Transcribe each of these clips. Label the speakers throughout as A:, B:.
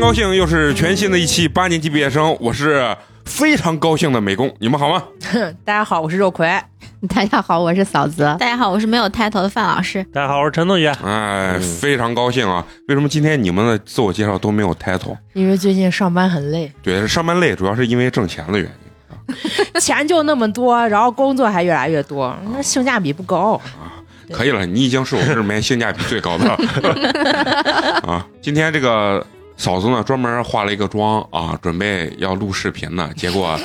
A: 高兴，又是全新的一期八年级毕业生，我是非常高兴的美工，你们好吗？
B: 大家好，我是肉葵。
C: 大家好，我是嫂子。
D: 大家好，我是没有 title 的范老师。
E: 大家好，我是陈同学。
A: 哎，非常高兴啊！为什么今天你们的自我介绍都没有 title？
B: 因为最近上班很累，
A: 对，上班累，主要是因为挣钱的原因。
B: 钱就那么多，然后工作还越来越多，那性价比不高。对
A: 可以了，你已经是我们这里面性价比最高的了啊！今天这个嫂子呢，专门化了一个妆啊，准备要录视频呢，结果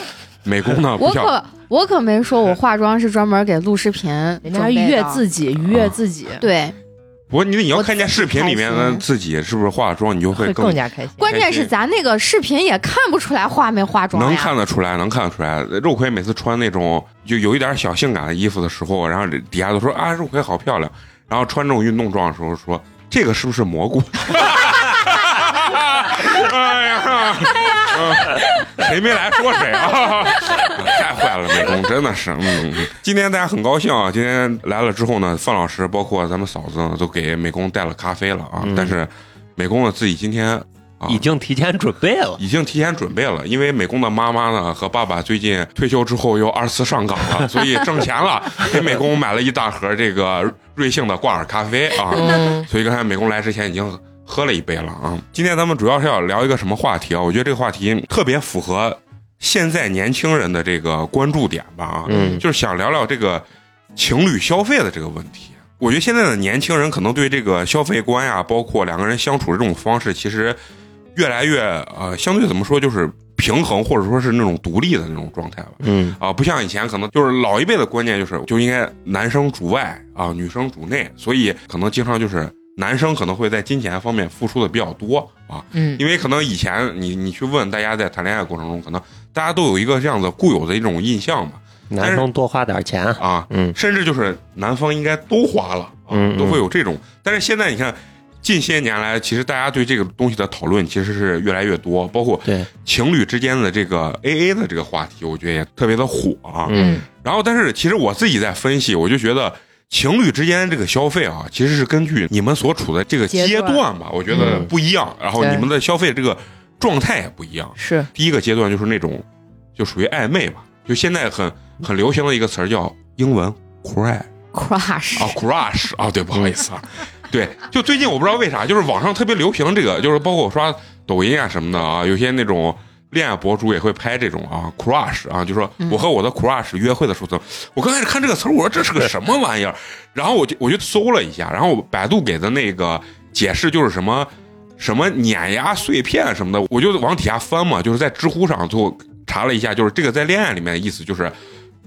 A: 美工呢不
C: 我
A: 想
C: 可我可没说我化妆是专门给录视频
B: 人
C: 准备的，
B: 家愉悦自己，愉悦自己，
C: 对，
A: 嗯不，你你要看见视频里面的自己是不是化妆，你就
B: 会
A: 会
B: 更加开心。
C: 关键是咱那个视频也看不出来化没化妆
A: 能
C: 呀。
A: 看得出来，能看得出来。肉葵每次穿那种就有一点小性感的衣服的时候，然后底下都说啊，肉葵好漂亮。然后穿这种运动装的时候说，这个是不是蘑菇？哎呀，嗯谁没来说谁啊？ 太坏了，美工真的是。嗯，今天大家很高兴啊！今天来了之后呢，范老师包括咱们嫂子呢，都给美工带了咖啡了啊。
E: 嗯
A: 但是美工呢自己今天啊
E: 已经提前准备了，
A: 已经提前准备了，因为美工的妈妈呢和爸爸最近退休之后又二次上岗了，所以挣钱了，给美工买了一大盒这个瑞幸的挂耳咖啡啊。
B: 嗯，
A: 所以刚才美工来之前已经喝了一杯了啊。今天咱们主要是要聊一个什么话题啊？我觉得这个话题特别符合现在年轻人的这个关注点吧啊，
E: 嗯
A: 就是想聊聊这个情侣消费的这个问题。我觉得现在的年轻人可能对这个消费观呀、包括两个人相处这种方式，其实越来越呃，相对怎么说就是平衡，或者说是那种独立的那种状态吧。
E: 嗯，
A: 啊，不像以前可能就是老一辈的观念就是就应该男生主外啊，女生主内，所以可能经常就是男生可能会在金钱方面付出的比较多啊，
B: 嗯
A: 因为可能以前你你去问大家在谈恋爱过程中，可能大家都有一个这样子固有的一种印象嘛
E: 男生多花点钱，
A: 啊，
E: 嗯
A: 甚至就是男方应该都花了，啊
E: 嗯嗯
A: 都会有这种。但是现在你看，近些年来，其实大家对这个东西的讨论其实是越来越多，包括
E: 对，
A: 情侣之间的这个 A A 的这个话题，我觉得也特别的火啊。
E: 嗯
A: 然后，但是其实我自己在分析，我就觉得情侣之间这个消费啊，其实是根据你们所处的这个
B: 阶
A: 阶
B: 段
A: 段吧，我觉得
E: 嗯
A: 不一样，然后
B: 对
A: 你们的消费这个状态也不一样。
B: 是
A: 第一个阶段就是那种就属于暧昧吧，就现在很很流行的一个词儿叫英文 crush
C: crush，、
A: 啊 crush 啊，对，不好意思啊，对，就最近我不知道为啥，就是网上特别流行这个，就是包括我刷抖音啊什么的啊，有些那种。恋爱博主也会拍这种啊，crush 啊，就说我和我的 crush 约会的时候，我刚开始看这个词儿，我说这是个什么玩意儿，然后我就我就搜了一下，然后我百度给的那个解释就是什么什么碾压碎片什么的，我就往底下翻嘛，就是在知乎上最后查了一下，就是这个在恋爱里面的意思就是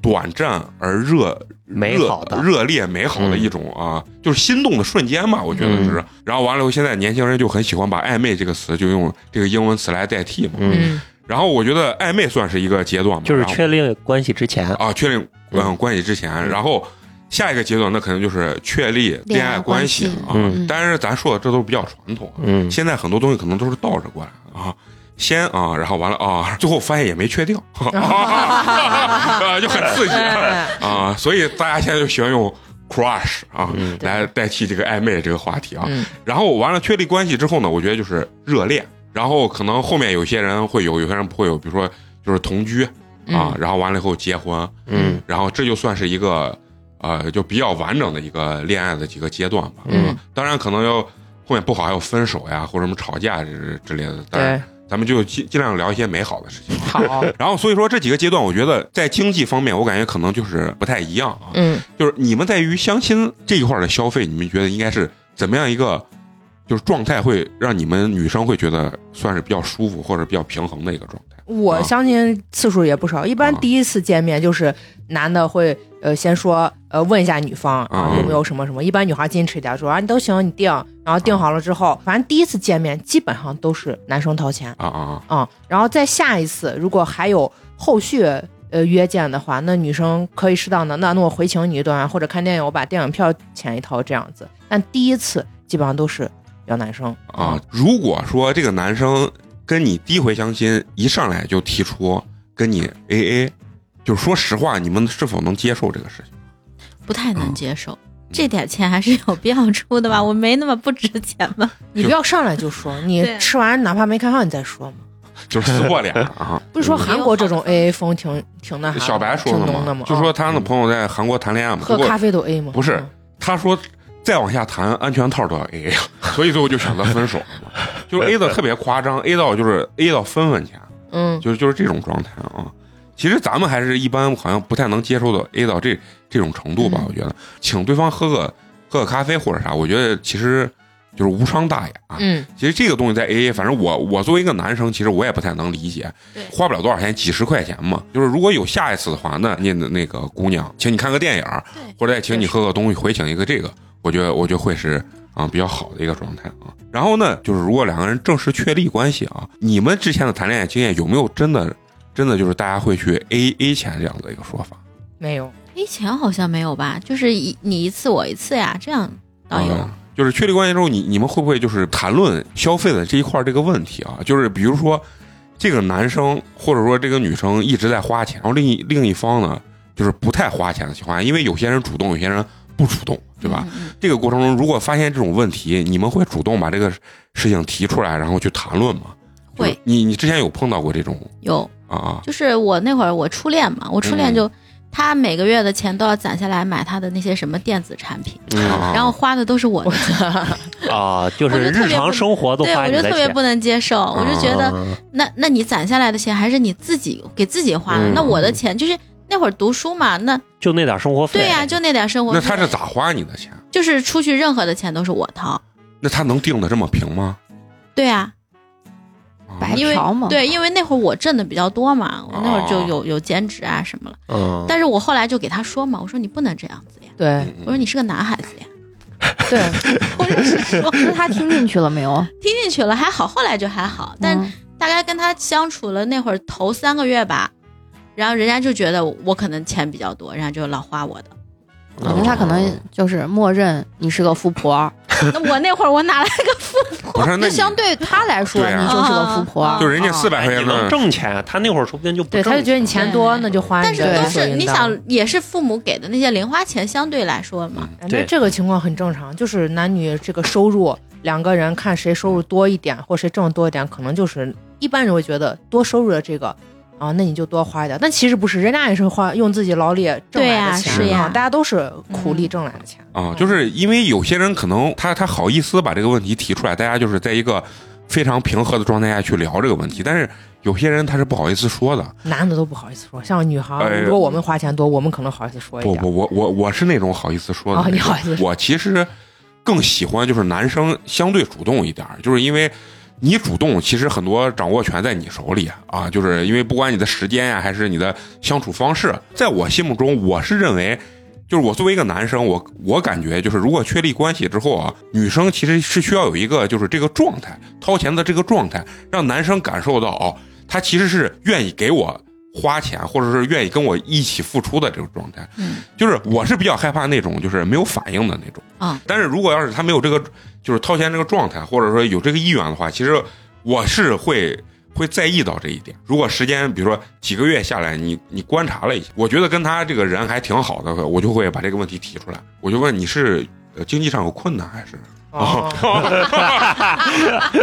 A: 短暂而热
E: 美
A: 热
E: 好的
A: 热烈美好
E: 嗯
A: 的一种啊，就是心动的瞬间吧，我觉得是。然后完了以后，现在年轻人就很喜欢把暧昧这个词就用这个英文词来代替嘛。
E: 嗯，
B: 嗯
A: 然后我觉得暧昧算是一个阶段嘛，
E: 就是
A: 然后
E: 确定关系之前，
A: 啊，确定嗯
E: 嗯
A: 关系之前，然后下一个阶段那可能就是确立恋
C: 恋爱
A: 爱关系
C: 关系
A: 啊。
E: 嗯
A: 但是咱说的这都是比较传统啊，
E: 嗯
A: 现在很多东西可能都是倒着过来的啊。先啊，然后完了啊，最后发现也没 确定， 啊，就很刺激
C: 嗯
B: 哎
A: 啊，所以大家现在就喜欢用 crush 啊、
E: 嗯
A: 来代替这个暧昧这个话题啊。
B: 嗯
A: 然后完了确立关系之后呢，我觉得就是热恋，然后可能后面有些人会有，有些人不会有，比如说就是同居啊，然后完了以后结婚，
E: 嗯
A: 然后这就算是一个呃，就比较完整的一个恋爱的几个阶段吧。
E: 嗯，
A: 当然可能要后面不好还有分手呀，或者什么吵架之之类的。但
B: 对
A: 是，咱们就尽尽量聊一些美好的事情。
B: 好，
A: 然后所以说这几个阶段，我觉得在经济方面，我感觉可能就是不太一样啊。
B: 嗯
A: 就是你们在于相亲这一块的消费，你们觉得应该是怎么样一个？就是状态会让你们女生会觉得算是比较舒服或者比较平衡的一个状态。
B: 我相亲次数也不少，一般
A: 啊
B: 第一次见面就是男的会呃先说呃问一下女方啊
A: 嗯
B: 有没有什么什么，一般女孩矜持一点说啊你都行你定，然后定好了之后，反正第一次见面基本上都是男生掏钱
A: 啊啊啊！
B: 啊、然后再下一次如果还有后续。呃，约见的话，那女生可以适当的，那那我回请你一顿啊，或者看电影，我把电影票钱一掏这样子。但第一次基本上都是要男生
A: 啊，，如果说这个男生跟你第一回相亲，一上来就提出跟你 A A，就是说实话，你们是否能接受这个事情？哦
D: 不太能接受，这点钱还是有必要出的吧？我没那么不值钱吧？
B: 你不要上来就说你
D: 对
B: 吃完哪怕没看上你再说嘛。
A: 就是撕破脸 啊。
B: 不
D: 嗯
B: 是说韩国这种 AA 风挺挺啊那啥哦的，
A: 小白说
B: 挺
A: 的
B: 浓的啊
A: 嘛，就说他的朋友在韩国谈恋爱嘛，
B: 喝
A: 不过
B: 咖啡都 A 吗？
A: 不是
B: 嗯
A: 他说再往下谈安全套都要 A，所 以最后就选择分手了嘛，就是 A 的特别夸张，A 到就是 A 到分分钱，
B: 嗯，
A: 就是就是这种状态啊。其实咱们还是一般好像不太能接受到 A 到这这种程度吧，
B: 嗯
A: 我觉得请对方喝个喝个咖啡或者啥，我觉得其实就是无伤大雅、啊
B: 嗯，
A: 其实这个东西在 AA，反正我我作为一个男生，其实我也不太能理解
D: 对，
A: 花不了多少钱，几十块钱嘛。就是如果有下一次的话，那那那个姑娘请你看个电影儿
D: 对，
A: 或者再请你喝个东西，回请一个这个，我觉得我觉得会是啊、比较好的一个状态啊。然后呢，就是如果两个人正式确立关系啊，你们之前的谈恋爱经验有没有真的真的就是大家会去 A A 钱这样的一个说法？
B: 没有，
D: 以前好像没有吧？就是一你一次我一次呀，这样倒啊有。
A: 嗯就是确立关系之后，你你们会不会就是谈论消费的这一块儿这个问题啊？就是比如说，这个男生或者说这个女生一直在花钱，然后另一另一方呢，就是不太花钱的情况下，因为有些人主动，有些人不主动，对吧？
D: 嗯？嗯
A: 这个过程中，如果发现这种问题，你们会主动把这个事情提出来，然后去谈论吗？
D: 会
A: 就是你你之前有碰到过这种
D: 有，
A: 啊啊？
D: 就是我那会儿我初恋嘛，我初
A: 嗯
D: 恋就、他每个月的钱都要攒下来买他的那些什么电子产品，
A: 嗯啊
D: 然后花的都是我的。
E: 啊，就
D: 我觉
E: 是
D: 得特别
E: 日常生活都
D: 对，
E: 花
D: 我
E: 你
D: 就
E: 的
D: 特别
E: 钱，
D: 不能接受，
A: 啊
D: 我就觉得
E: 嗯
D: 那那你攒下来的钱还是你自己给自己花的，
A: 嗯
D: 那我的钱就是那会儿读书嘛，那
E: 就那点生活费。
D: 对呀、就那点生活费。
A: 那他是咋花你的钱？
D: 就是出去任何的钱都是我掏，
A: 那他能定的这么平吗？
D: 对呀、
A: 啊
C: 白
D: 因为
C: 嫖嘛，，
D: 对，因为那会儿我挣的比较多嘛，我那会儿
A: 哦
D: 就有有兼职啊什么了。
E: 嗯，
D: 但是我后来就给他说嘛，我说你不能这样子呀，
B: 对
A: 嗯嗯
D: 我说你是个男孩子呀，
B: 对，
D: 我就 是说
C: 那他听进去了没有？
D: 听进去了还好，后来就还好，但
C: 嗯
D: 大概跟他相处了那会儿头三个月吧，然后人家就觉得我可能钱比较多，人家就老花我的。
C: 我觉得他可能就是默认你是个富 婆，
D: 那我那会儿我哪来个
A: 不是，那
C: 那
A: 你
C: 相对他来说
A: 对啊
C: 你就是个富婆
D: 啊，
A: 就人家四百
E: 哎
A: 块
E: 你
A: 钱
E: 能
A: 的
E: 挣钱，他那会儿说不定就不
B: 对，
E: 挣
B: 他就觉得你钱多，那就花
D: 但
B: 你
D: 是
B: 的
D: 都
B: 理所
D: 是
B: 应
D: 你
B: 当。
D: 想，也是父母给的那些零花钱，相对来说嘛，
B: 哎那
E: 对
B: 这个情况很正常，就是男女这个收入，两个人看谁收入多一点，或谁挣得多一点，可能就是一般人会觉得多收入的这个。啊，那你就多花一点，但其实不是，人家也是花用自己劳力挣
D: 对
B: 来
D: 呀
B: 的钱，
A: 是
D: 呀
B: 啊大家都是苦力挣来的钱。
A: 啊，就是因为有些人可能他他好意思把这个问题提出来，大家就是在一个非常平和的状态下去聊这个问题，但是有些人他是不好意思说的。
B: 男的都不好意思说，像女孩儿，
A: 哎呀
B: 如果我们花钱多，我们可能好意思说一
A: 不
B: 点。
A: 不，我我我是那种好意思说的
B: 哦
A: 那
B: 你
A: 种。
B: 好意思说
A: 我其实更喜欢就是男生相对主动一点儿，就是因为。你主动，其实很多掌握权在你手里啊，就是因为不管你的时间呀、还是你的相处方式，在我心目中，我是认为，就是我作为一个男生，我我感觉就是如果确立关系之后啊，女生其实是需要有一个就是这个状态，掏钱的这个状态，让男生感受到哦，他其实是愿意给我花钱，或者是愿意跟我一起付出的这种状态。
D: 嗯，
A: 就是我是比较害怕那种就是没有反应的那种
D: 啊。
A: 但是如果要是他没有这个就是掏钱这个状态，或者说有这个意愿的话，其实我是会会在意到这一点。如果时间比如说几个月下来，你你观察了一下，我觉得跟他这个人还挺好的，我就会把这个问题提出来。我就问你是呃经济上有困难还是
B: 哦，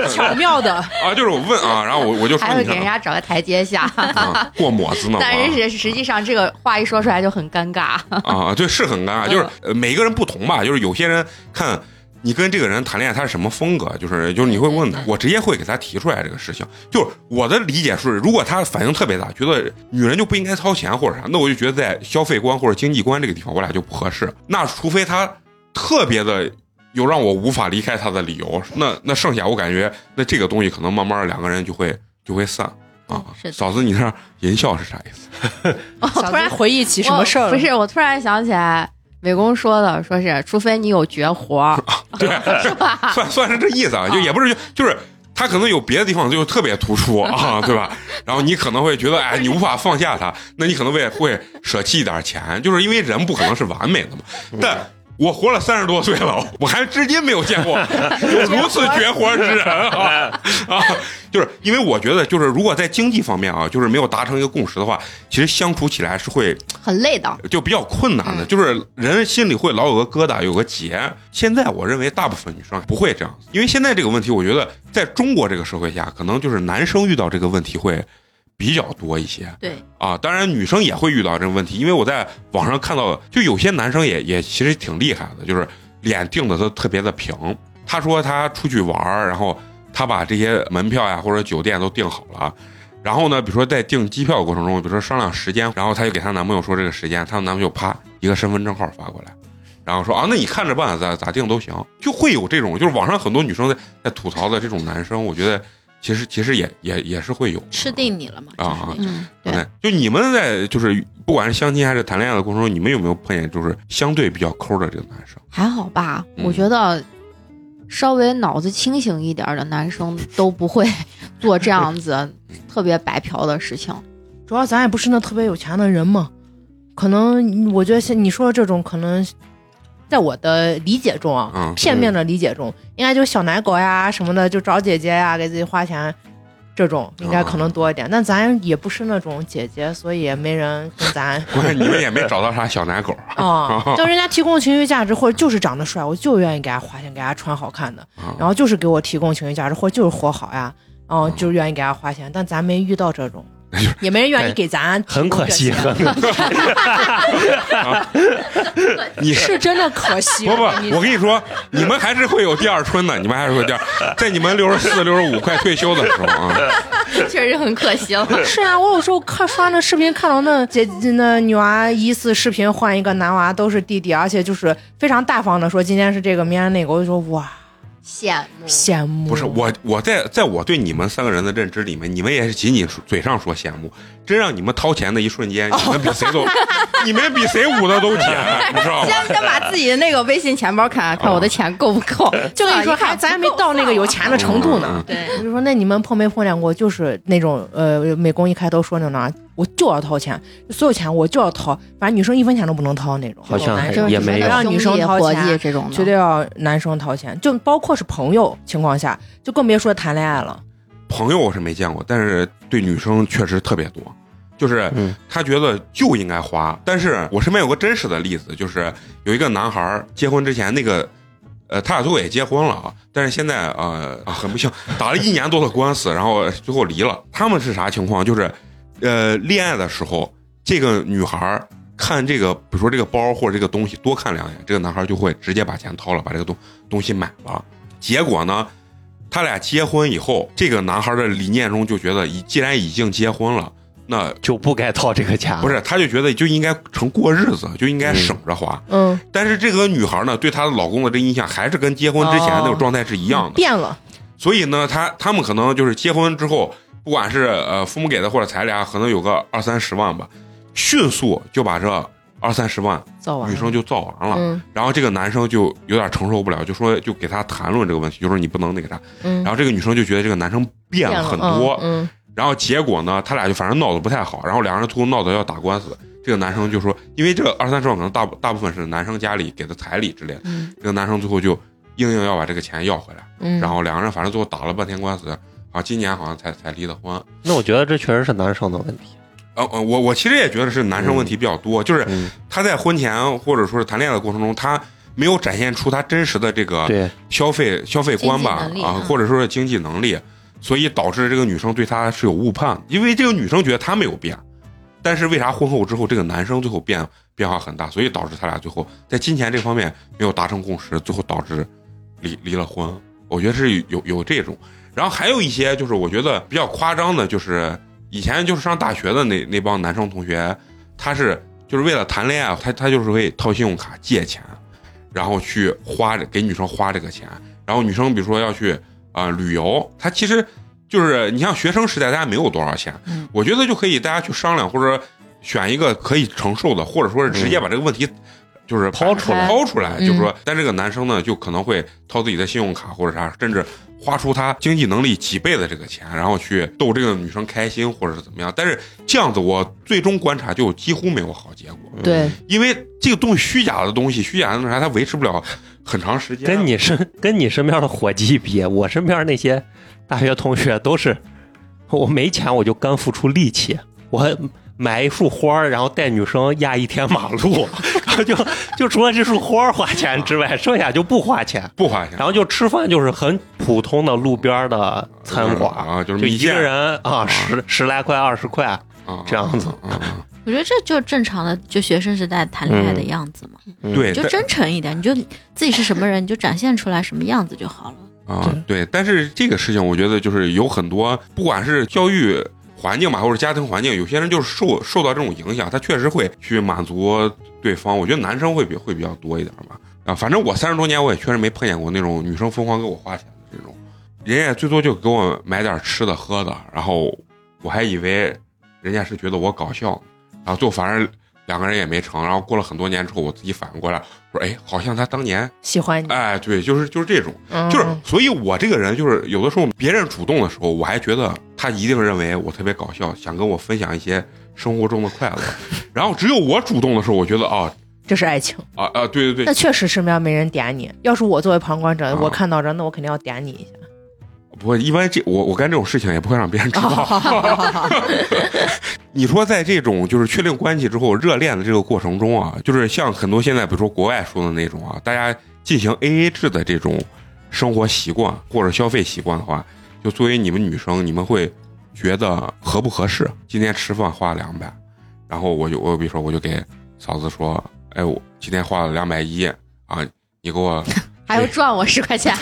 B: 巧妙的，
A: 啊？就是我问啊，然后我我就说
C: 还会
A: 你
C: 给人
A: 看
C: 家找个台阶 下。
A: 啊过抹子呢吗？
C: 但是实际上这个话一说出来就很尴尬。
A: 啊，对，是很尴尬，就是
D: 嗯
A: 呃每个人不同吧，就是有些人看你跟这个人谈恋爱，他是什么风格，就是就是你会问他，我直接会给他提出来这个事情。就是我的理解是，如果他反应特别大，觉得女人就不应该掏钱或者啥，那我就觉得在消费观或者经济观这个地方，我俩就不合适。那除非他特别的。有让我无法离开他的理由，那那剩下我感觉，那这个东西可能慢慢两个人就会就会散啊
D: 嗯。是的
A: 嫂子，你那淫笑是啥意思？
C: 我
B: 我突然回忆起什么事儿了？
C: 哦不是，我突然想起来，美工说的，说是除非你有绝 活儿，
A: 对，是吧？ 算算是这意思啊，就也不是就就是。他可能有别的地方就特别突出 啊，对吧？然后你可能会觉得，哎，你无法放嗯下他，那你可能会会舍弃一点钱，就是因为人不可能是完美的嘛。但我活了三十多岁了，我还至今没有见 过有如此绝活之人 啊！啊，就是因为我觉得，就是如果在经济方面啊，就是没有达成一个共识的话，其实相处起来是会
C: 很累的。
A: 就比较困难的，
C: 嗯
A: 就是人心里会老有个疙瘩，有个结。现在我认为大部分女生不会这样，因为现在这个问题，我觉得在中国这个社会下，可能就是男生遇到这个问题会比较多一些
D: 对，
A: 啊。当然，女生也会遇到这个问题，因为我在网上看到，就有些男生也也其实挺厉害的，就是脸定的都特别的平。他说他出去玩儿，然后他把这些门票呀或者酒店都订好了。然后呢，比如说在订机票的过程中，比如说商量时间，然后她就给她男朋友说这个时间，她男朋友啪一个身份证号发过来，然后说啊，那你看着办，咋咋定都行，就会有这种，就是网上很多女生在在吐槽的这种男生，我觉得其实其实也也也是会有
D: 吃定你了嘛，
A: 啊
D: 就是那种
C: 嗯，对，
A: 对，就你们在就是不管是相亲还是谈恋爱的过程中，你们有没有碰见就是相对比较抠的这个男生？
C: 还好 吧，
A: 嗯
C: 我觉得稍微脑子清醒一点儿的男生都不会 做这样子特别白嫖的事情。
B: 主要咱也不是那特别有钱的人嘛，可能我觉得像你说的这种，可能在我的理解中啊，
A: 嗯
B: 片面的理解中，应该就是小奶狗呀什么的，就找姐姐呀给自己花钱，这种应该可能多一点。但咱也不是那种姐姐，所以也没人跟 咱
A: 关键你们也没找到啥小奶狗
B: 啊，就人家提供情绪价值，或者就是长得帅，我就愿意给他花钱，给他穿好看的，
A: 啊，
B: 然后就是给我提供情绪价值，或者就是活好呀。哦，就是愿意给他花钱，但咱没遇到这 种，也没人愿意给咱提
E: 很
B: 供这
E: 可惜，
B: 些
E: 很可惜
A: 你
B: 是真的可 惜。
A: 不不
B: 我跟你，
A: 我跟你说，你们还是会有第二春的，你们还是会有第二，在你们六十四、六十五快退休的时候 啊，
C: 确实很可惜了。
B: 是啊，我有时候看刷那视频，看到那姐那女娃疑似视频换一个男娃都是弟弟，而且就是非常大方的说今天是这个，明天那个，我就说哇，
C: 羡慕，
B: 羡慕。
A: 不是我，我在在我对你们三个人的认知里面，你们也是仅仅是嘴上说羡慕，真让你们掏钱的一瞬间，你们比谁 都，你们比谁捂的都紧，你知道吗？
C: 先先把自己的那个微信钱包看看，看
E: 哦
C: 我的钱够不 够。
B: 就跟你说，
C: 啊一看
B: 还咱还没到那个有钱的程度
A: 嗯
B: 呢。
D: 对，
B: 我就说，那你们碰没碰见过，就是那种呃，美工一开头说那种啊，我就要掏钱，所有钱我就要掏，反正女生一分钱都不能掏那种。
E: 好像
B: 男
C: 就
B: 生
C: 是
E: 哎也
C: 什
E: 没
C: 么
E: 有
B: 让女生
C: 兄弟
B: 掏
C: 伙
B: 钱
C: 计这种的，
B: 绝对要男生掏钱，就包括是朋友情况下，就更别说谈恋爱了。
A: 朋友我是没见过，但是对女生确实特别多，就是
E: 嗯
A: 他觉得就应该花。但是我身边有个真实的例子，就是有一个男孩儿结婚之前那个。呃，他俩最后也结婚了啊，但是现在呃、啊、很不幸，打了一年多的官司，然后最后离了。他们是啥情况？就是，呃，恋爱的时候，这个女孩儿看这个，比如说这个包或者这个东西多看两眼，这个男孩儿就会直接把钱掏了，把这个东东西买了。结果呢，他俩结婚以后，这个男孩的理念中就觉得，已既然已经结婚了，那
E: 就不该掏这个钱。
B: 啊
A: 不，是他就觉得就应该成过日子，就应该省着花。
B: 嗯，
A: 但是这个女孩呢，对她的老公的这印象还是跟结婚之前
B: 哦
A: 那种状态是一样的。
B: 变了。
A: 所以呢，他他们可能就是结婚之后，不管是呃父母给的或者彩礼啊，可能有个二三十万吧，迅速就把这二三十万
B: 造完
A: 女生啊就造完了。
B: 嗯
A: 然后这个男生就有点承受不了，就说就给他谈论这个问题，就说你不能那个啥。
B: 嗯，
A: 然后这个女生就觉得这个男生变
B: 变
A: 了
B: 了
A: 很多，
B: 嗯，
A: 然后结果呢，他俩就反正闹得不太好，然后两个人最后闹得要打官司。这个男生就说，因为这个二三十万可能大部大部分是男生家里给的彩礼之类的，
C: 嗯
A: 这个男生最后就硬硬要把这个钱要回来，
B: 嗯，
A: 然后两个人反正最后打了半天官司，啊，今年好像才才离的婚。
E: 那我觉得这确实是男生的问题。
A: 呃呃，我我其实也觉得是男生问题比较多，就是
E: 嗯，
A: 他在婚前或者说是谈恋爱的过程中，他没有展现出他真实的这个
E: 对，
A: 消费消费观吧
D: 经济能力
A: 啊
D: 嗯，
A: 或者说是经济能力，所以导致这个女生对他是有误判，因为这个女生觉得他没有变，但是为啥婚后之后这个男生最后变变化很大，所以导致他俩最后在金钱这方面没有达成共识，最后导致离离了婚。我觉得是有有这种，然后还有一些就是我觉得比较夸张的，就是以前就是上大学的那那帮男生同学，他是就是为了谈恋爱，他他就是会掏信用卡借钱，然后去花这给女生花这个钱，然后女生比如说要去啊、呃旅游，她其实就是你像学生时代大家没有多少钱，
D: 嗯
A: 我觉得就可以大家去商量或者选一个可以承受的，或者说是直接把这个问题。就是
E: 抛出
C: 来
A: 抛出来，
B: 嗯
A: 就是说，但这个男生呢，就可能会掏自己的信用卡或者啥，甚至花出他经济能力几倍的这个钱，然后去逗这个女生开心或者是怎么样。但是这样子，我最终观察就几乎没有好结果，
B: 对，
A: 因为这个东西虚假的东西，虚假的那啥，它维持不了很长时间。啊
E: 跟你身跟你身边的伙计比，我身边那些大学同学都是，我没钱我就干付出力气，我买一束花儿，然后带女生压一天马路， 然后就就除了这束花儿花钱之外，剩下就不花钱，
A: 不花钱
E: 然，后就吃饭就是很普通的路边的餐馆，
A: 啊，就是
E: 就
A: 蜜
E: 一
A: 饯
E: 个人啊十十来块二十块
A: 啊
E: 这样子，
A: 啊啊
D: 我觉得这就是正常的，就学生时代谈恋爱的样子嘛，
E: 嗯
A: 对，
D: 你就
A: 但
D: 真诚一点，你就自己是什么人，你就展现出来什么样子就好了。
A: 啊，对，但是这个事情，我觉得就是有很多，不管是教育环境吧，或者家庭环境，有些人就是受受到这种影响，他确实会去满足对方。我觉得男生会比会比较多一点吧。啊，反正我三十多年，我也确实没碰见过那种女生疯狂给我花钱的这种，人家最多就给我买点吃的喝的，然后我还以为人家是觉得我搞笑呢，然后最后反正两个人也没成。然后过了很多年之后，我自己反应过来，我说哎，好像他当年，
B: 喜欢你，
A: 哎，对，就是就是这种。
B: 嗯
A: 就是，所以我这个人就是有的时候别人主动的时候，我还觉得他一定认为我特别搞笑，想跟我分享一些生活中的快乐。然后只有我主动的时候，我觉得啊
B: 这是爱情。
A: 啊啊，对对
B: 那
A: 对，
B: 确实身边没人点你，要是我作为旁观者，
A: 啊
B: 我看到这，那我肯定要点你一下。
A: 不过一般这我我干这种事情也不会让别人知道。你说在这种就是确定关系之后热恋的这个过程中啊，就是像很多现在比如说国外说的那种啊，大家进行 AA 制的这种生活习惯或者消费习惯的话，就作为你们女生，你们会觉得合不合适？今天吃饭花了两百，然后我就我比如说我就给嫂子说，哎，我今天花了两百一啊，你给我
C: 还有赚我十块 钱，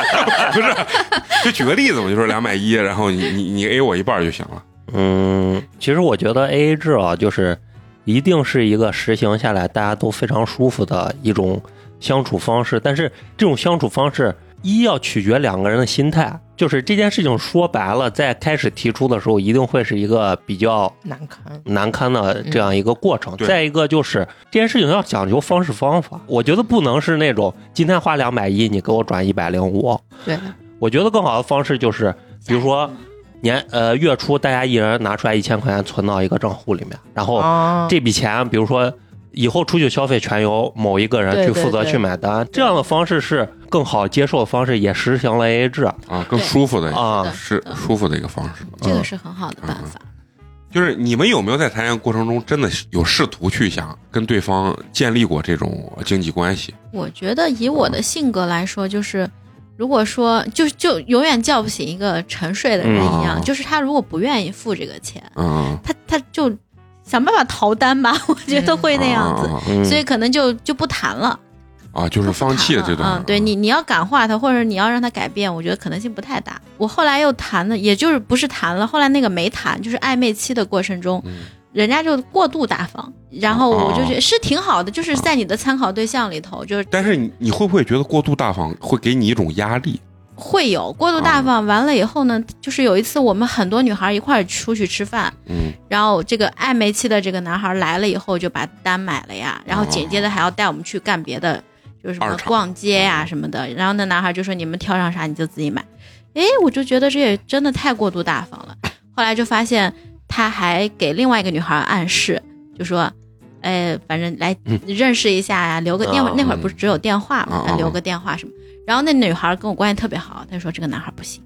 A: 就举个例子嘛，就说两百一，然后你你你 A 我一半就行了。
E: 嗯，其实我觉得 A A 制啊，就是一定是一个实行下来大家都非常舒服的一种相处方式。但是这种相处方式，一要取决两个人的心态，就是这件事情说白了，在开始提出的时候，一定会是一个比较
B: 难堪，
E: 难堪的这样一个过程。
A: 对
E: 再一个就是这件事情要讲究方式方法，我觉得不能是那种今天花两百一，你给我转一百零五。
C: 对，
E: 我觉得更好的方式就是，比如说年呃月初大家一人拿出来一千块钱存到一个账户里面，然后
B: 哦，
E: 这笔钱，比如说以后出去消费全由某一个人
B: 对
E: 去
B: 对
E: 负责
B: 对
E: 去买单，这样的方式是更好接受的方式，也实行了 AA 制
A: 啊，更
D: 对
A: 舒服的一个
E: 啊
D: 的。
A: 是
D: 嗯
A: 舒服的一个方式。
D: 这个是很好的办法。
A: 就是你们有没有在谈恋爱过程中真的是有试图去想跟对方建立过这种经济关系？
D: 我觉得以我的性格来说，就是如果说就就永远叫不醒一个沉睡的人一样，
A: 嗯
D: 就是他如果不愿意付这个钱，
A: 嗯，
D: 他他就想办法逃单吧，我觉得会那样子，
A: 啊
E: 嗯
D: 所以可能就就不谈了，
A: 啊，就是放弃了这段。
D: 嗯，对你你要感化他，或者你要让他改变，我觉得可能性不太大。我后来又谈了，也就是不是谈了，后来那个没谈，就是暧昧期的过程中，
A: 嗯
D: 人家就过度大方，然后我就觉
A: 哦
D: 得是挺好的，就是在你的参考对象里头，就是
A: 但是你你会不会觉得过度大方会给你一种压力？
D: 会有过度大方。完了以后呢，就是有一次我们很多女孩一块儿出去吃饭，
A: 嗯，
D: 然后这个暧昧期的这个男孩来了以后就把单买了呀，然后紧接着还要带我们去干别的，就是什
A: 二
D: 么
A: 场
D: 逛街呀什么的。然后那男孩就说你们挑上啥你就自己买，诶，我就觉得这也真的太过度大方了。后来就发现他还给另外一个女孩暗示，就说。哎，反正来
E: 嗯
D: 认识一下呀、留个电话、
E: 啊
D: 那会儿不是只有电话嘛，
A: 啊
D: 他
A: 啊
D: 留个电话什么。然后那女孩跟我关系特别好，她说这个男孩不行，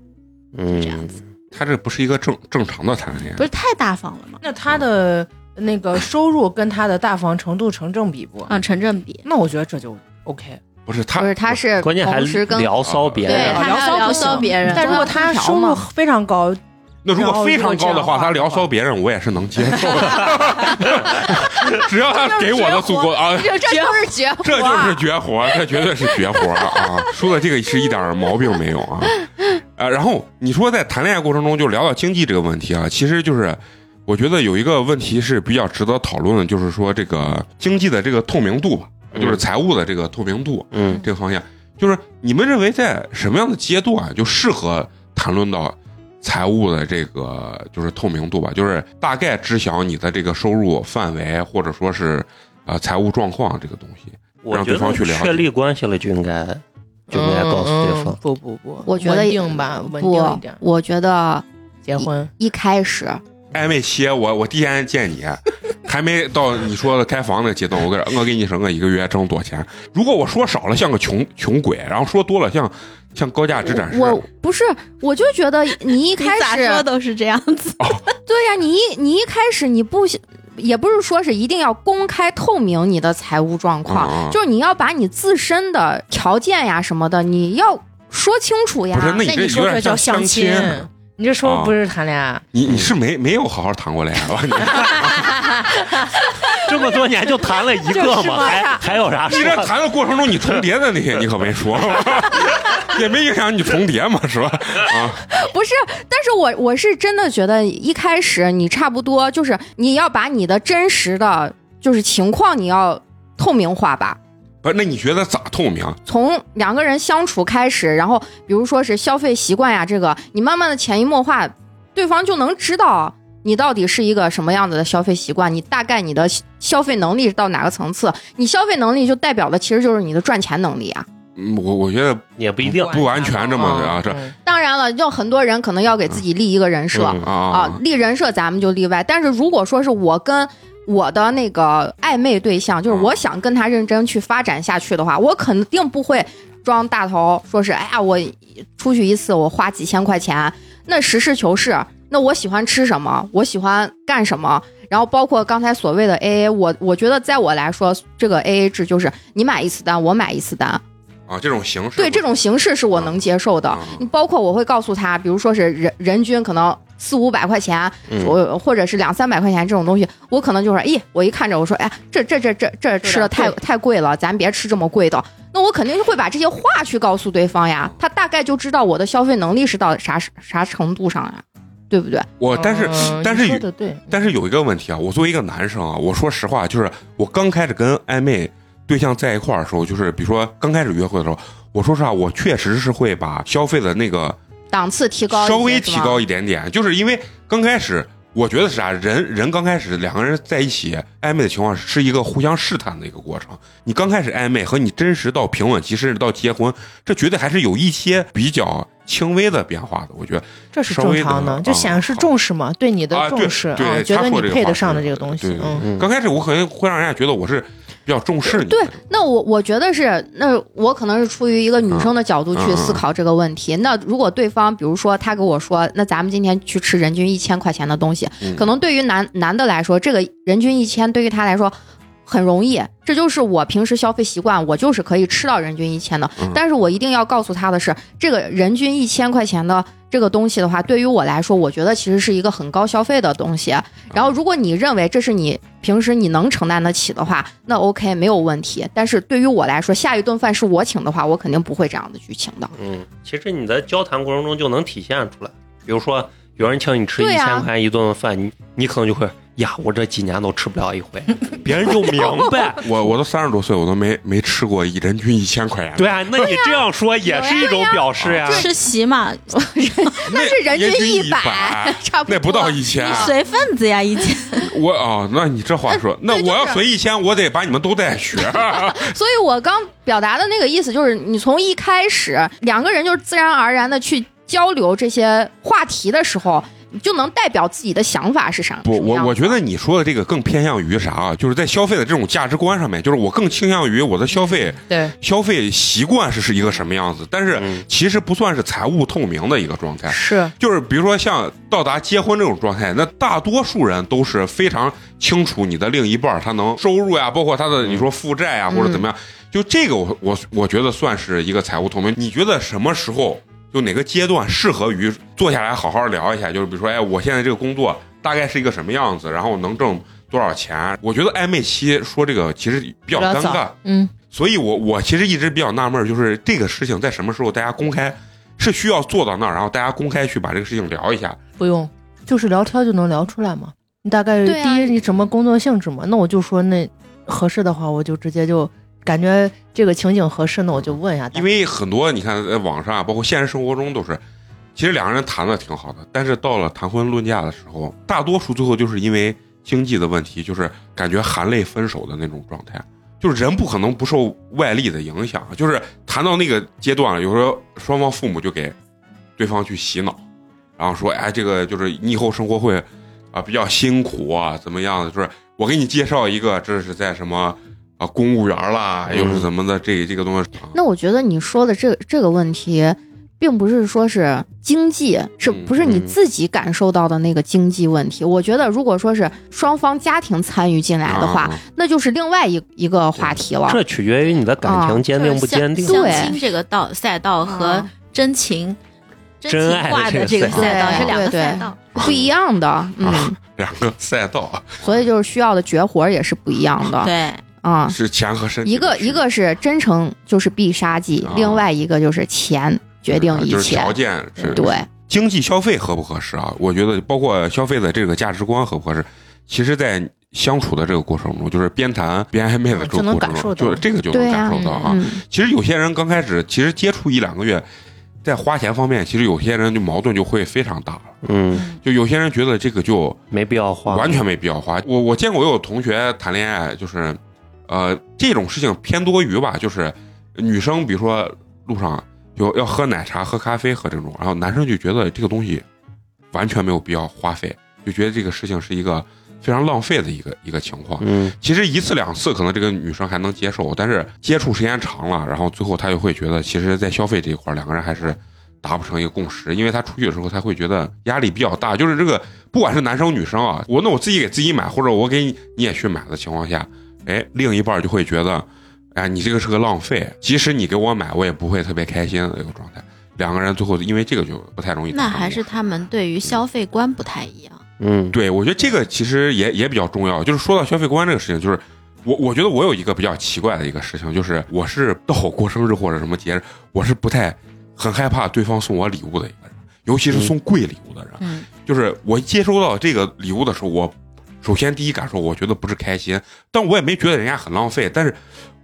E: 嗯
D: 这样子
A: 他这不是一个正正常的谈恋
D: 不
A: 爱。
D: 是太大方了吗？
B: 那他的那个收入跟他的大方程度成正比不？
D: 嗯，成正比，
B: 那我觉得这就 OK。
A: 不是他
C: 不是，他是
E: 关键还
C: 同时跟
E: 哦聊
A: 啊
E: 骚别
D: 对
E: 人
D: 他，还要
B: 聊
D: 聊
B: 骚
D: 骚
B: 不行
D: 别人，
B: 但如果他收入非常高，
A: 那如果非常高的话，
B: 然
A: 他
B: 后如果这样的话
A: 聊骚别人我也是能接受的，只要他给我的足够啊，
C: 这这不是绝
A: 这就是绝活，这绝对是绝活了啊！说的这个是一点儿毛病没有啊。呃，然后你说在谈恋爱过程中就聊到经济这个问题啊，其实就是我觉得有一个问题是比较值得讨论的，就是说这个经济的这个透明度吧，
E: 嗯
A: 就是财务的这个透明度
E: 嗯
A: 这个方向，就是你们认为在什么样的阶段就适合谈论到财务的这个就是透明度吧，就是大概知晓你的这个收入范围或者说是呃财务状况这个东西。
E: 我
A: 让
E: 觉
A: 对方
E: 得
A: 去了解
E: 确立关系了就应该就应该告诉对方
B: 嗯嗯。不不不，
C: 我觉得
B: 稳定吧，稳定一
C: 不
B: 点，，
C: 我觉得
B: 结婚
C: 一开始
A: 暧昧期，我我第一天见你，还没到你说的开房那个阶段，我跟我给你省个一个月挣多少钱？如果我说少了像个穷穷鬼，然后说多了像像高价值展示，
C: 我不是，我就觉得你一开
D: 你咋
C: 始
D: 说都是这样子，
C: 对呀、你一你一开始你不喜也不是说是一定要公开透明你的财务状况，
A: 嗯嗯
C: 就是你要把你自身的条件呀什么的，你要说清楚呀
A: 不。是 那你
B: 你
A: 这有
B: 说这
A: 点
B: 叫
A: 像
B: 相
A: 亲
B: 亲。，你这说
A: 啊
B: 不是谈恋爱？
A: 你你是没没有好好谈过恋爱吧？你
E: 这么多年就谈了一个
B: 就是
E: 嘛，
B: 嘛
E: 还还有啥
A: 你
E: 说
A: 这
E: 的？
A: 谈的过程中，你重叠的那些你可没说， 也没影响你重叠嘛，是吧？
C: 不是，但是我我是真的觉得一开始你差不多就是你要把你的真实的就是情况你要透明化吧。
A: 不是，那你觉得咋透明？
C: 从两个人相处开始，然后比如说是消费习惯呀，这个你慢慢的潜移默化，对方就能知道你到底是一个什么样子的消费习惯，你大概你的消费能力到哪个层次，你消费能力就代表的其实就是你的赚钱能力啊。
A: 嗯我我觉得
E: 也不一定。
A: 不完全这么的啊这
B: 嗯
C: 当然了，就很多人可能要给自己立一个人设、
E: 嗯
A: 啊
C: 啊
A: 啊，，
C: 立人设咱们就例外，但是如果说是我跟我的那个暧昧对象，就是
A: 嗯
C: 我想跟他认真去发展下去的话，我肯定不会装大头，说是哎呀，我出去一次我花几千块钱，那实事求是，那我喜欢吃什么，我喜欢干什么，然后包括刚才所谓的 AA，我我觉得在我来说，这个 AA 制就是你买一次单，我买一次单，
A: 啊，这种形式
C: 对这种形式是我能接受的。
A: 嗯
C: 你包括我会告诉他，比如说是人人均可能四五百块钱，
E: 嗯
C: 我或者是两三百块钱这种东西，我可能就说，咦，我一看着我说，哎，这这这这这吃的太太贵了，咱别吃这么贵的。那我肯定会把这些话去告诉对方呀，他大概就知道我的消费能力是到啥啥程度上呀，对不对？
A: 我哦但是
B: 嗯
A: 但
B: 你
A: 是
B: 说
A: 有
B: 的对，
A: 但是有一个问题啊，我作为一个男生啊，我说实话，就是我刚开始跟暧昧对象在一块儿的时候，就是比如说刚开始约会的时候，我说实话，我确实是会把消费的那个
C: 档次提高一些，
A: 稍微提
C: 是吗
A: 高一点点，就是因为刚开始，我觉得是啥，啊人人刚开始两个人在一起暧昧的情况是一个互相试探的一个过程。你刚开始暧昧和你真实到平稳期，甚至到结婚，这绝对还是有一些比较轻微的变化的。我觉得
B: 这是
A: 稍
B: 正
A: 微
B: 常
A: 的
B: 的，就
A: 啊
B: 显示
A: 好
B: 重视嘛，对你的
A: 啊对
B: 重视
A: 对
B: 啊，
A: 他
B: 觉得
A: 说这
B: 你
A: 个
B: 配
A: 话
B: 得上的
A: 是
B: 这个东
A: 对
B: 西
A: 对，
B: 嗯。
E: 嗯
A: 刚开始我可能会让人家觉得我是比较重视你的，
C: 对，那我我觉得是，那我可能是出于一个女生的角度去思考这个问题。那如果对方，比如说他跟我说，那咱们今天去吃人均一千块钱的东西，
A: 嗯
C: 可能对于男男的来说，这个人均一千对于他来说很容易，这就是我平时消费习惯，我就是可以吃到人均一千的。
A: 嗯
C: 但是我一定要告诉他的是，这个人均一千块钱的这个东西的话，对于我来说，我觉得其实是一个很高消费的东
A: 嗯
C: 西。然后，如果你认为这是你平时你能承担得起的话，那 OK 没有问题。但是对于我来说，下一顿饭是我请的话，我肯定不会这样子去请的。
E: 嗯，其实你在交谈过程中就能体现出来。比如说，有人请你吃一
C: 对
E: 千
C: 啊
E: 块钱一顿饭，你你可能就会呀，我这几年都吃不了一回，别人就明白。
A: 我我都三十多岁，我都没没吃过一人均一千块钱的。
E: 对啊，那你这样说也是一种表示
A: 啊
E: 呀。
D: 吃席嘛，
E: 啊
A: 那
C: 但是人均
A: 均
C: 一
A: 百
C: 百， 差不多
A: 那不到一千
D: 你，随份子呀，以前
A: 我哦，那你这话 说，那
C: 对就
A: 我要
C: 是
A: 随一千，我得把你们都带学。
C: 所以我刚表达的那个意思就是，你从一开始两个人就是自然而然的去交流这些话题的时候，你就能代表自己的想法是啥。
A: 不，
C: 什么
A: 我
C: 样
A: 我
C: 子
A: 觉得你说的这个更偏向于啥啊？就是在消费的这种价值观上面，就是我更倾向于我的消费
B: 对，
A: 消费习惯是是一个什么样子，但是
E: 嗯
A: 其实不算是财务透明的一个状态。
B: 是
A: 就是比如说像到达结婚这种状态，那大多数人都是非常清楚你的另一半儿他能收入呀，包括他的你说负债呀、或者怎么样，就这个我我我觉得算是一个财务透明。你觉得什么时候就哪个阶段适合于坐下来好好聊一下？就是比如说，哎，我现在这个工作大概是一个什么样子，然后能挣多少钱？我觉得暧昧期说这个其实比较
B: 比较
A: 尴
B: 早
A: 尬，
B: 嗯，
A: 所以我我其实一直比较纳闷儿，就是这个事情在什么时候大家公开是需要做到那儿，然后大家公开去把这个事情聊一下。
B: 不用，就是聊天就能聊出来嘛。你大概
C: 对啊
B: 第一你什么工作性质嘛？那我就说那合适的话，我就直接就感觉这个情景合适，那我就问一下大家。
A: 因为很多你看在网上啊，包括现实生活中都是，其实两个人谈的挺好的，但是到了谈婚论嫁的时候，大多数最后就是因为经济的问题，就是感觉含泪分手的那种状态。就是人不可能不受外力的影响，啊就是谈到那个阶段了，有时候双方父母就给对方去洗脑，然后说，哎，这个就是你以后生活会啊比较辛苦啊，怎么样的？就是我给你介绍一个，这是在什么啊公务员啦，
E: 嗯
A: 又是怎么的？这这个东西，啊
C: 那我觉得你说的这这个问题，并不是说是经济，是
A: 嗯
C: 不是你
E: 嗯
C: 自己感受到的那个经济问题？我觉得如果说是双方家庭参与进来的话，
A: 啊啊
C: 那就是另外一一个话题了。
E: 这取决于你的感情 坚定不坚定。
C: 对
D: 相亲这个道赛道和
C: 啊
D: 真情、
E: 真
D: 情
E: 爱
D: 话这
E: 的这个
D: 个赛道
C: 赛道
D: 是两个
C: 对对
D: 赛道。
C: 不一样的，嗯，
A: 啊两个赛道啊
C: 所以就是需要的绝活也是不一样的
D: 对，
C: 啊。
A: 是钱和身体
C: 一
A: 的
C: 个
A: 区别
C: 一个是真诚，就是必杀技；
A: 啊
C: 另外一个就是钱决定一
A: 就是
C: 切。
A: 条件是
C: 对，
A: 经济消费合不合适啊？我觉得包括消费的这个价值观合不合适，其实，在相处的这个过程中，就是边谈边暧昧的这
B: 就
A: 个
B: 能
A: 过程
B: 感
A: 中，
B: 受
A: 就
B: 到
A: 是这个就
C: 对
A: 能
C: 呀
A: 感受到啊。
C: 嗯，
A: 其实有些人刚开始，其实接触一两个月，在花钱方面，其实有些人就矛盾就会非常大了。
E: 嗯，
A: 就有些人觉得这个就
E: 没必要花，
A: 完全没必要花。我我见过有同学谈恋爱，就是，呃，这种事情偏多余吧，就是女生比如说路上有要喝奶茶、喝咖啡、喝这种，然后男生就觉得这个东西完全没有必要花费，就觉得这个事情是一个非常浪费的一个一个情况。
E: 嗯，
A: 其实一次两次可能这个女生还能接受，但是接触时间长了，然后最后她就会觉得，其实，在消费这一块儿，两个人还是达不成一个共识，因为她出去的时候，她会觉得压力比较大，就是这个不管是男生女生啊，我那我自己给自己买，或者我给你你也去买的情况下，哎，另一半就会觉得，哎，你这个是个浪费，即使你给我买，我也不会特别开心的一个状态。两个人最后因为这个就不太容易达
D: 那
A: 成
D: 还是他们对于消费观不太一样。
E: 嗯，
A: 对，我觉得这个其实也也比较重要。就是说到消费观这个事情，就是我我觉得我有一个比较奇怪的一个事情，就是我是到我过生日或者什么节日，我是不太很害怕对方送我礼物的一个人，尤其是送贵礼物的人。
D: 嗯，
A: 就是我接收到这个礼物的时候，我首先第一感受，我觉得不是开心，但我也没觉得人家很浪费，但是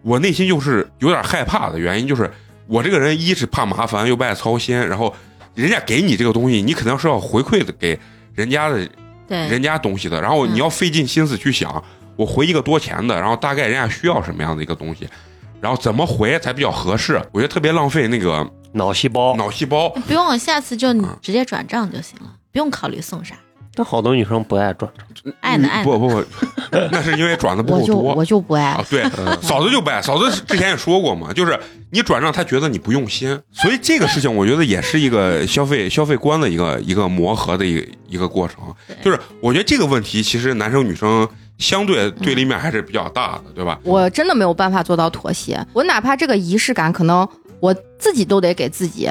A: 我内心就是有点害怕的原因，就是我这个人一是怕麻烦，又不爱操心，然后人家给你这个东西，你肯定是要回馈的给人家的
D: 对，
C: 嗯
A: 人家东西的，然后你要费尽心思去想，我回一个多钱的，然后大概人家需要什么样的一个东西，然后怎么回才比较合适，我觉得特别浪费那个
E: 脑细胞。
A: 脑细胞。
C: 嗯
D: 不用，下次就你
A: 嗯
D: 直接转账就行了，不用考虑送啥。
E: 但好多女生不爱转账，
D: 爱呢爱
A: 嗯
D: 呢
A: 不不不，那是因为转的不
C: 我
A: 够
C: 就我
A: 多。
C: 就不爱
A: 啊，对，嫂子就不爱，嫂子之前也说过嘛，就是你转让，她觉得你不用心，所以这个事情我觉得也是一个消费消费观的一个一个磨合的一个一个过程。
D: 对
A: 就是我觉得这个问题其实男生女生相对
C: 嗯
A: 对立面还是比较大的，对吧？
C: 我真的没有办法做到妥协。我哪怕这个仪式感，可能我自己都得给自己，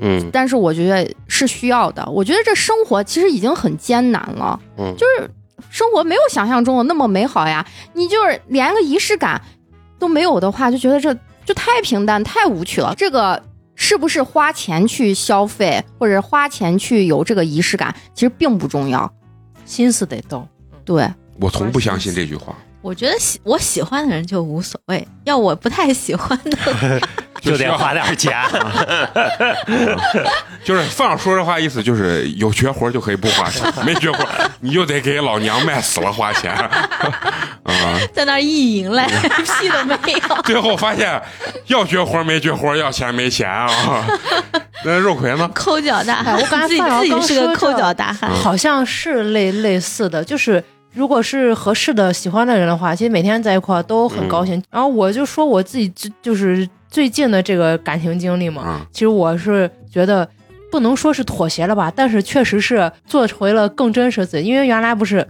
E: 嗯
C: 但是我觉得是需要的。我觉得这生活其实已经很艰难了，
E: 嗯，
C: 就是生活没有想象中的那么美好呀。你就是连个仪式感都没有的话，就觉得这就太平淡、太无趣了。这个是不是花钱去消费，或者花钱去有这个仪式感，其实并不重要。
B: 心思得动。
C: 对，
A: 我从不相信这句话。
D: 我觉得喜我喜欢的人就无所谓，要我不太喜欢 的，
E: 就
A: 需
E: 得
A: 要
E: 花点钱。
A: 啊就是放着说这话意思就是有绝活就可以不花钱，没绝活你就得给老娘卖死了花钱。
D: 在那儿意淫来，
A: 嗯
D: 屁都没有。
A: 最后发现要绝活没绝活，要钱没钱啊。那肉葵呢？
D: 抠脚大汉，
B: 哎我刚才
D: 自己
B: 范老
D: 自己
B: 刚
D: 是个
B: 说
D: 抠
B: 这
D: 脚大汉。
B: 好像是类类似的，就是如果是合适的、喜欢的人的话，其实每天在一块儿都很高兴。然后我就说我自己就就是最近的这个感情经历嘛，
A: 嗯
B: 其实我是觉得。不能说是妥协了吧，但是确实是做回了更真实的自己。因为原来不是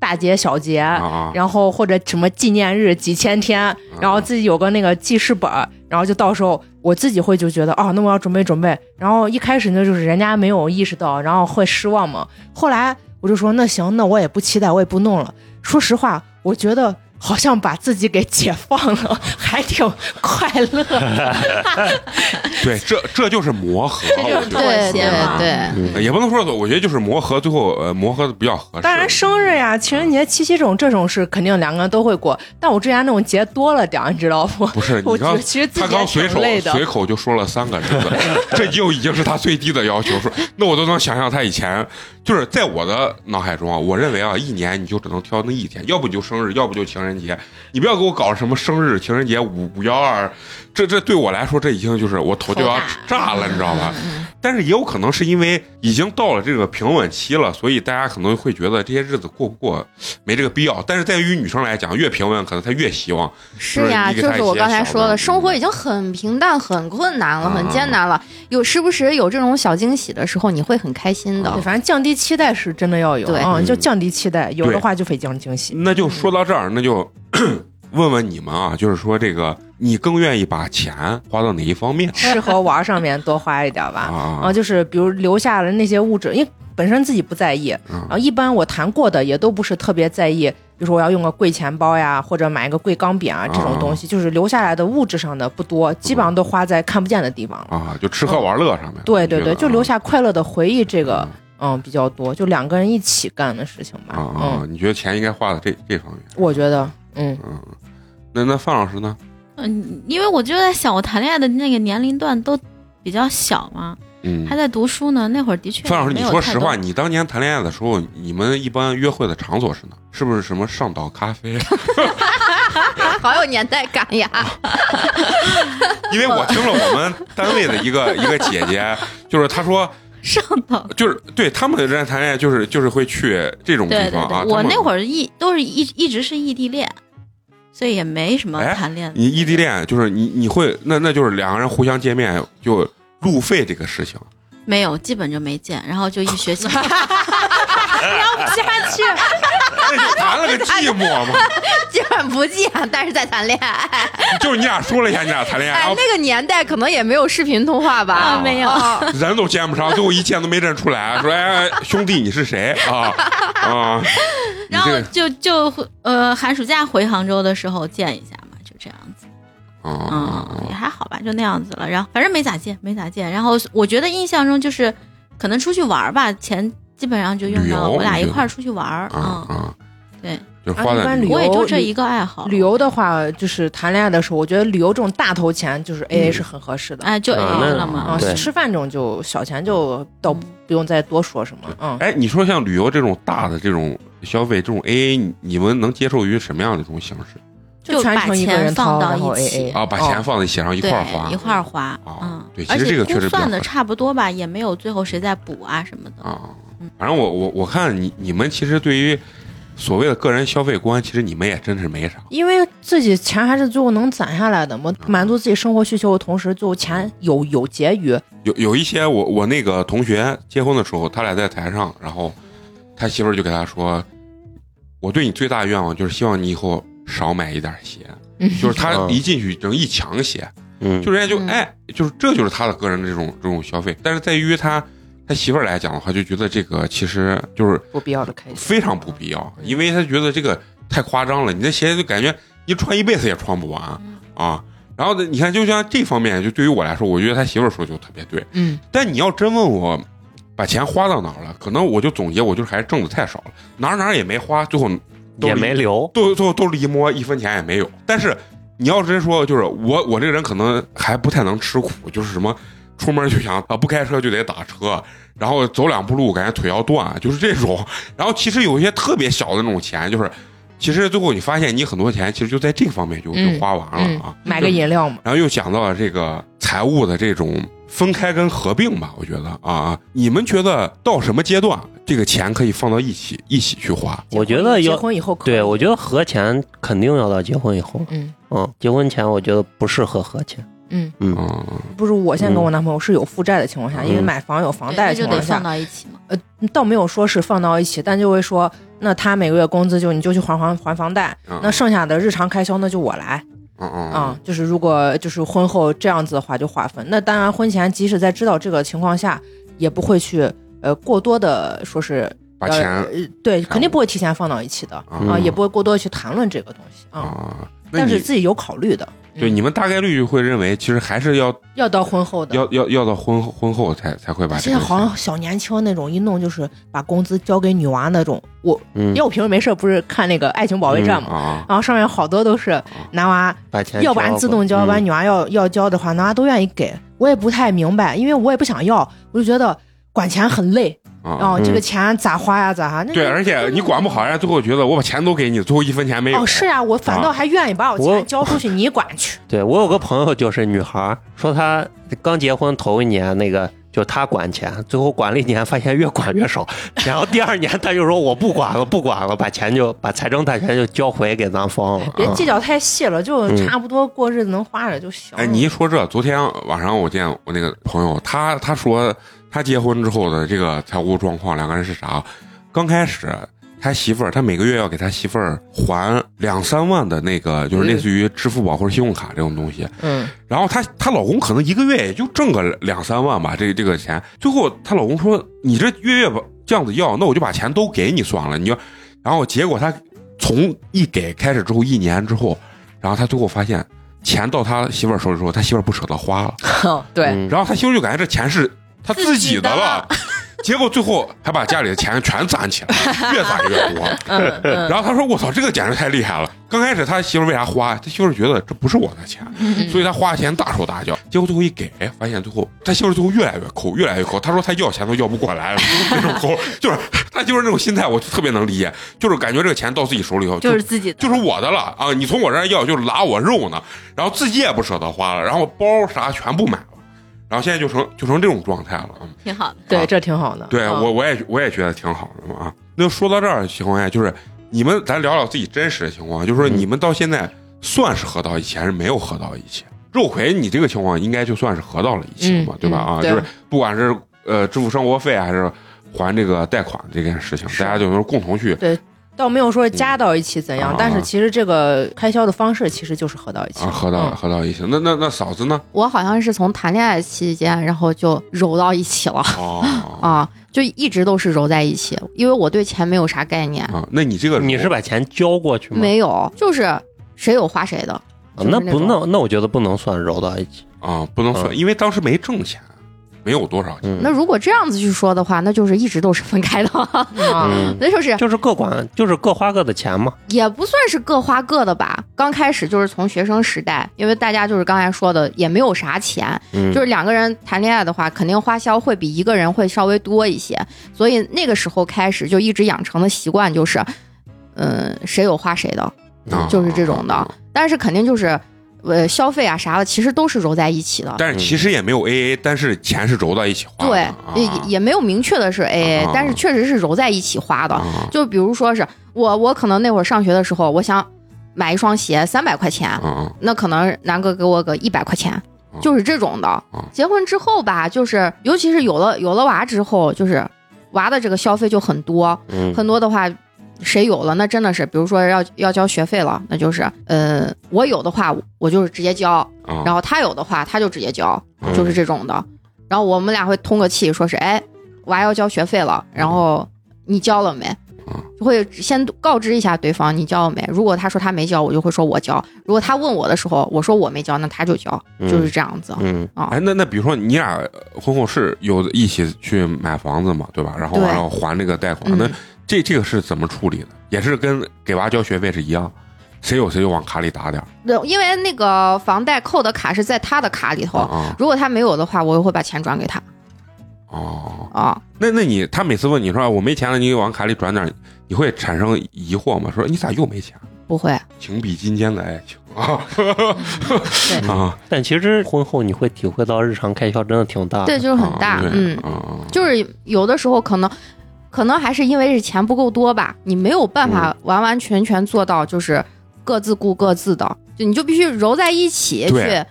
B: 大节小节，
A: 啊啊！
B: 然后或者什么纪念日几千天，然后自己有个那个记事本儿，然后就到时候我自己会就觉得哦，那我要准备准备。然后一开始呢，就是人家没有意识到，然后会失望嘛。后来我就说那行，那我也不期待，我也不弄了。说实话，我觉得。好像把自己给解放了， 还挺快乐的。
A: 对，这这就是磨合，我觉
D: 对
A: 得
D: 对
C: 对
A: 呃也不能说我觉得就是磨合，最后呃磨合的比较合适。
B: 当然，生日呀、情人节、七夕这种这种事，肯定两个人都会过。但我之前那种节多了点儿，你知道不？
A: 不是你
B: 我觉得
A: 刚
B: 其实自
A: 他
B: 己也
A: 刚随
B: 挺
A: 手
B: 累的。
A: 随口就说了三个这个，这就已经是他最低的要求。说那我都能想象他以前就是在我的脑海中啊，我认为啊，一年你就只能挑那一天，要不你就生日，要不就情人人节，你不要给我搞什么生日、情人节、五五幺二，这这对我来说这已经就是我头就要
D: 头
A: 炸了，你知道吧？
D: 嗯
A: 但是也有可能是因为已经到了这个平稳期了，所以大家可能会觉得这些日子过不过没这个必要。但是在于女生来讲，越平稳可能她越希望
C: 是呀，
A: 就是你给
C: 就
A: 他
C: 是我刚
A: 一
C: 才说
A: 些小的
C: 的，生活已经很平淡、很困难了，
A: 嗯
C: 很艰难了。有时不时有这种小惊喜的时候，你会很开心的
D: 嗯
B: 对，。反正降低期待是真的要有，
C: 哦对
B: 嗯，
A: 嗯
B: 就降低期待，有
A: 对
B: 的话就非常惊喜。
A: 那就说到这儿，那就 问问你们啊，就是说这个你更愿意把钱花到哪一方面
B: 适合玩儿上面多花一点儿吧。 啊，
A: 啊？
B: 就是比如留下了那些物质，因为本身自己不在意，
A: 嗯
B: 然后一般我谈过的也都不是特别在意，比如说我要用个贵钱包呀，或者买一个贵钢笔啊嗯这种东西，就是留下来的物质上的不多，基本上都花在看不见的地方了。
A: 啊，就吃喝玩乐上面。
B: 哦对
A: 你
B: 对
A: 觉
B: 对，
A: 得
B: 就
A: 啊
B: 留下快乐的回忆，这个嗯比较多，就两个人一起干的事情吧。
A: 啊啊！
B: 嗯，
A: 你觉得钱应该花在这这方面？
B: 我觉得嗯。
A: 嗯，那那范老师呢？
D: 嗯，因为我就在想，我谈恋爱的那个年龄段都比较小嘛，
A: 嗯
D: 还，在读书呢，那会儿的确
A: 范老师，
D: 没
A: 你
D: 有
A: 说
D: 太
A: 实
D: 多
A: 话，你当年谈恋爱的时候，你们一般约会的场所是哪？是不是什么上岛咖啡？
C: 好有年代感呀！
A: 因为我听了我们单位的一个一个姐姐，就是她说，
D: 上岛
A: 就是对他们人谈恋爱，就是就是会去这种
D: 对
A: 地
D: 对
A: 方啊。
D: 对，我那会
A: 儿
D: 儿异都是一一直是异地恋，所以也没什么
A: 哎
D: 谈恋爱。
A: 你异地恋，就是你你会那那就是两个人互相见面就路费这个事情，
D: 没有，基本就没见，然后就一 学期 聊
A: 那就
D: 不 下去。
A: 哎谈了个寂寞嘛。
C: 基本不见，但是在谈恋爱。
A: 就是你俩说了一下你俩谈恋爱，
C: 哎
A: 然，后
C: 那个年代可能也没有视频通话吧？
A: 啊
D: 没有
C: 哦
A: 人都见不上，最后一见都没认出来，说哎兄弟你是谁啊啊？你这
D: 然后
A: 个
D: 就就呃寒暑假回杭州的时候见一下嘛，就这样子，嗯，也
A: 啊
D: 还好吧，就那样子了。然后反正没咋见，没咋见。然后我觉得印象中就是可能出去玩儿吧，钱基本上就用
A: 旅游
D: 到我俩
A: 你
D: 一
A: 觉
D: 块儿
A: 得
D: 出去玩儿，
A: 啊
D: 嗯，
A: 啊，
D: 对，
A: 就是花
B: 啊一
A: 在
B: 般
A: 旅
B: 旅
A: 游
D: 我也
B: 游
D: 就这
B: 旅
D: 一个爱好。
B: 旅游的话，就是谈恋爱的时候，我觉得旅游这种大头钱就是
D: 嗯
B: A A 是很合适的。
D: 哎，就 A
E: 啊
A: 那
D: 了嘛，
B: 啊，
E: 对
B: 吃饭这种就小钱就倒
D: 嗯
B: 不不用再多说什么，嗯，
A: 哎，你说像旅游这种大的这种消费，这种 AA，你你们能接受于什么样的这种形式
D: 就
B: 全
D: 把
B: 程一个
D: 钱
B: 人掏，
D: 放到
B: 然
D: 一
B: 后 A
D: 起
B: A
A: 啊？把钱放在一起，然后一块
D: 哦对，
A: 儿花
D: 一块儿花，
A: 哦
D: 嗯，
A: 对其
D: 而
A: 实
D: 且
A: 这个确
D: 估
A: 实比较
D: 算的
A: 合适
D: 差不多吧，也没有最后谁再补啊什么的。
A: 啊。反正我我我看你你们其实对于所谓的个人消费观，其实你们也真是没啥。
B: 因为自己钱还是最后能攒下来的嘛，
D: 嗯
B: 满足自己生活需求的同时，最后钱有有结余，
A: 有有一些我我那个同学结婚的时候，他俩在台上，然后他媳妇儿就给他说：“我对你最大的愿望就是希望你以后少买一点鞋。”就是他
E: 嗯
A: 一进去整一墙鞋，
E: 嗯，
A: 就人家就
C: 嗯
A: 哎，就是这就是他的个人的这种这种消费。但是在于他他媳妇儿来讲的话，就觉得这个其实就是
B: 不必要的开嗯销。
A: 非常
D: 嗯
A: 不必要，因为他觉得这个太夸张了，你这鞋就感觉你穿一辈子也穿不完
B: 嗯
A: 啊。然后呢，你看，就像这方面，就对于我来说，我觉得他媳妇儿说就特别对。
B: 嗯，
A: 但你要真问我，把钱花到哪儿了，可能我就总结，我就是还是挣的太少了，哪儿哪儿也没花，最后兜
E: 也
A: 里
E: 没留，
A: 都都都是一摸一分钱也没有。但是你要真说，就是我我这个人可能还不太能吃苦，就是什么出门就想啊不开车就得打车，然后走两步路感觉腿要断，就是这种。然后其实有一些特别小的那种钱，就是其实最后你发现你很多钱其实就在这个方面就就
B: 嗯
A: 花完了啊。
B: 买个饮料嘛，
A: 然后又讲到了这个财务的这种分开跟合并吧，我觉得啊，你们觉得到什么阶段这个钱可以放到一起一起去花？
E: 我觉得
B: 结
E: 有，
B: 婚以后可以
E: 对我觉得合钱肯定要到结婚以后，
B: 嗯
E: 嗯，结婚前我觉得不适合合钱，
B: 嗯，
E: 嗯，
A: 嗯，
B: 不是我现在跟我男朋友是有负债的情况下，
A: 嗯
B: 因为买房有
D: 对
B: 房贷
D: 那
B: 的
D: 就
B: 情
D: 得
B: 况
D: 放
B: 下，
D: 到一起嘛。
B: 倒没有说是放到一起，但就会说，那他每个月工资就你就去还还还房贷，
A: 嗯
B: 那剩下的日常开销那就我来
A: 嗯嗯
B: 啊、就是如果就是婚后这样子的话就划分。那当然，婚前即使在知道这个情况下，也不会去呃过多的说是
A: 把钱
B: 呃呃对，
A: 务
B: 肯定不会提前放到一起的啊、
A: 嗯
B: 也不会过多地去谈论这个东西啊、
A: 啊，那
B: 但
A: 你
B: 是自己有考虑的，
A: 对你们大概率会认为，其实还是要
B: 要到婚后的。
A: 要要要到婚后婚后才才会把这
B: 现
A: 个
B: 在
A: 事
B: 好像小年轻那种，一弄就是把工资交给女娃那种。我
E: 嗯
B: 因为我平时没事儿不是看那个《爱情保卫战》嘛，
A: 啊
B: 然后上面有好多都
A: 哦
B: 是男娃
E: 把钱
B: 要不然自动交，要
E: 嗯
A: 嗯
B: 不然女娃要要交的话，男娃都愿意给。我也不太明白，因为我也不想要，我就觉得管钱很累，
A: 啊啊。
B: 哦，这个钱咋花呀？咋哈？那嗯
A: 对，而且你管不好，人家最后觉得我把钱都给你，最后一分钱没有。
B: 哦，是呀，我反
A: 啊
B: 倒还愿意把我
E: 我
B: 钱交出去，你管去。
E: 对我有个朋友就是女孩儿，说她刚结婚头一年那个就她管钱，最后管了一年，发现越管 越少，然后第二年她就说我不管了，不管了，把钱就把财政大权就交回给咱方了。
A: 哦
B: 别
E: 啊
B: 计较太细了，就
E: 嗯
B: 差不多过日子能花着就行。
A: 哎，你一说这，昨天晚上我见我那个朋友，他他说他结婚之后的这个财务状况，两个人是啥？刚开始他媳妇儿，他每个月要给他媳妇儿还两三万的那个，就是类似于支付宝或者信用卡这种东西。
B: 嗯，
A: 然后她她老公可能一个月也就挣个两三万吧，这这个钱。最后她老公说：“你这月月吧这样子要，那我就把钱都给你算了。”你要，然后结果她从一给开始之后，一年之后，然后她最后发现钱到她媳妇儿手里之后，她媳妇儿不舍得花了，
B: 对，
E: 嗯
A: 然后她媳妇儿就感觉这钱是她自己的了。结果最后还把家里的钱全攒起来，越攒越多。
B: 嗯嗯
A: 然后他说：“我操，这个简直太厉害了！”刚开始他媳妇儿为啥花？他媳妇儿觉得这不是我的钱，所以他花钱大手大脚。结果最后一给，发现最后他媳妇儿最后越来越抠，越来越抠。他说他要钱都要不过来了，那种抠，就是他媳妇儿那种心态，我特别能理解。就是感觉这个钱到自己手里以后，
D: 就是自己的，
A: 就是我的了啊！你从我这儿要就是拉我肉呢，然后自己也不舍得花了，然后包啥全部买了，然后现在就成就成这种状态了。嗯
D: 挺好的。
B: 对，这挺好的。
A: 对、
B: 嗯
A: 我，我也我也觉得挺好的嘛啊。那说到这儿的情况下，就是你们咱聊聊自己真实的情况，就是说你们到现在算是合到一起，还是没有合到一起？肉葵，你这个情况应该就算是合到了一起了嘛，
B: 嗯
A: 对吧？啊，
B: 嗯对
A: 就是不管是呃支付生活费还是还这个贷款这件事情，
B: 是
A: 大家就是共同去
B: 倒没有说加到一起怎
A: 嗯啊
B: 样，但是其实这个开销的方式其实就是合到一起
A: 啊。合到、
B: 嗯
A: 合到一起。那那那嫂子呢？
C: 我好像是从谈恋爱期间，然后就揉到一起了
A: 哦
C: 啊，就一直都是揉在一起，因为我对钱没有啥概念，
A: 啊，那你这个
E: 你是把钱交过去吗？
C: 没有，就是谁有花谁的，
E: 啊那
C: 就是
E: 不
C: 那
E: 那那我觉得不能算揉到一起。
A: 啊不能算，
E: 嗯
A: 因为当时没挣钱，没有多少钱。
E: 嗯
C: 那如果这样子去说的话，那就是一直都是分开的，
B: 啊，
E: 嗯，
C: 那就是
E: 就是各管就是各花各的钱嘛。
C: 也不算是各花各的吧。刚开始就是从学生时代，因为大家就是刚才说的也没有啥钱，
E: 嗯，
C: 就是两个人谈恋爱的话，肯定花销会比一个人会稍微多一些，所以那个时候开始就一直养成的习惯就是，嗯、谁有花谁的，
A: 啊
C: 就是这种的。但是肯定就是，呃，消费啊啥的其实都是揉在一起的。
A: 啊但是其实也没有 A A，但是钱是揉到一起花的。
C: 嗯对，也
A: 啊、
C: 也没有明确的是 AA，、
A: 啊
C: 但是确实是揉在一起花的。
A: 啊
C: 就比如说是我，我可能那会儿上学的时候，我想买一双鞋，三百块钱，
A: 啊
C: 那可能南哥给我个一百块钱，就是这种的
A: 嗯。
C: 结婚之后吧，就是尤其是有了有了娃之后，就是娃的这个消费就很多，
E: 嗯
C: 很多的话。谁有了，那真的是，比如说要要交学费了，那就是，呃，我有的话，我就是直接交，
A: 啊！
C: 然后他有的话，他就直接交，
A: 嗯
C: 就是这种的。然后我们俩会通个气，说是，哎，娃要交学费了，然后你交了没
A: 嗯？
C: 就会先告知一下对方你交了没。如果他说他没交，我就会说我交；如果他问我的时候，我说我没交，那他就交，
E: 嗯
C: 就是这样子。
E: 嗯
A: 哎，那那比如说你俩婚后是有一起去买房子嘛，对吧？然后
C: 对
A: 然后还这个贷款，
C: 嗯
A: 那这这个是怎么处理的？也是跟给娃交学费是一样，谁有谁就往卡里打点儿
C: 对，因为那个房贷扣的卡是在他的卡里头，
A: 啊
C: 如果他没有的话，我就会把钱转给他
A: 啊哦。
C: 啊。
A: 那那你他每次问你说、啊我没钱了，你给往卡里转点儿，你会产生疑惑吗？说你咋又没钱？
C: 不会，
A: 情比金坚的爱情啊 啊！
E: 但其实婚后你会体会到日常开销真的挺大的。
C: 对，就是很大，
A: 啊对
C: 嗯，
A: 啊
C: 就是有的时候可能，可能还是因为是钱不够多吧，你没有办法完完全全做到就是各自顾各自的，就你就必须揉在一起
A: 对
C: 去，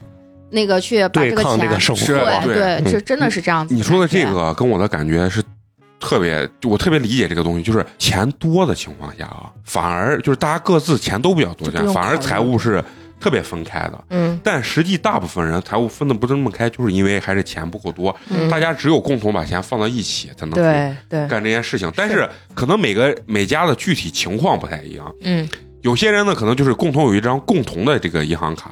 C: 那个去把
E: 对
C: 个
E: 抗这个
C: 钱，
E: 生活。
A: 是对
C: 对
E: 嗯
C: 就真的是这样子。
A: 你说的这，个跟我的感觉是特别，就我特别理解这个东西，就是钱多的情况下啊，反而就是大家各自钱都比较多，
B: 就不用
A: 反而
B: 考虑
A: 财务是特别分开的。
B: 嗯
A: 但实际大部分人财务分的不是那么开，就是因为还是钱不够多，
B: 嗯
A: 大家只有共同把钱放到一起才能去
B: 对对，
A: 干这件事情。但是可能每个每家的具体情况不太一样，
B: 嗯
A: 有些人呢可能就是共同有一张共同的这个银行卡，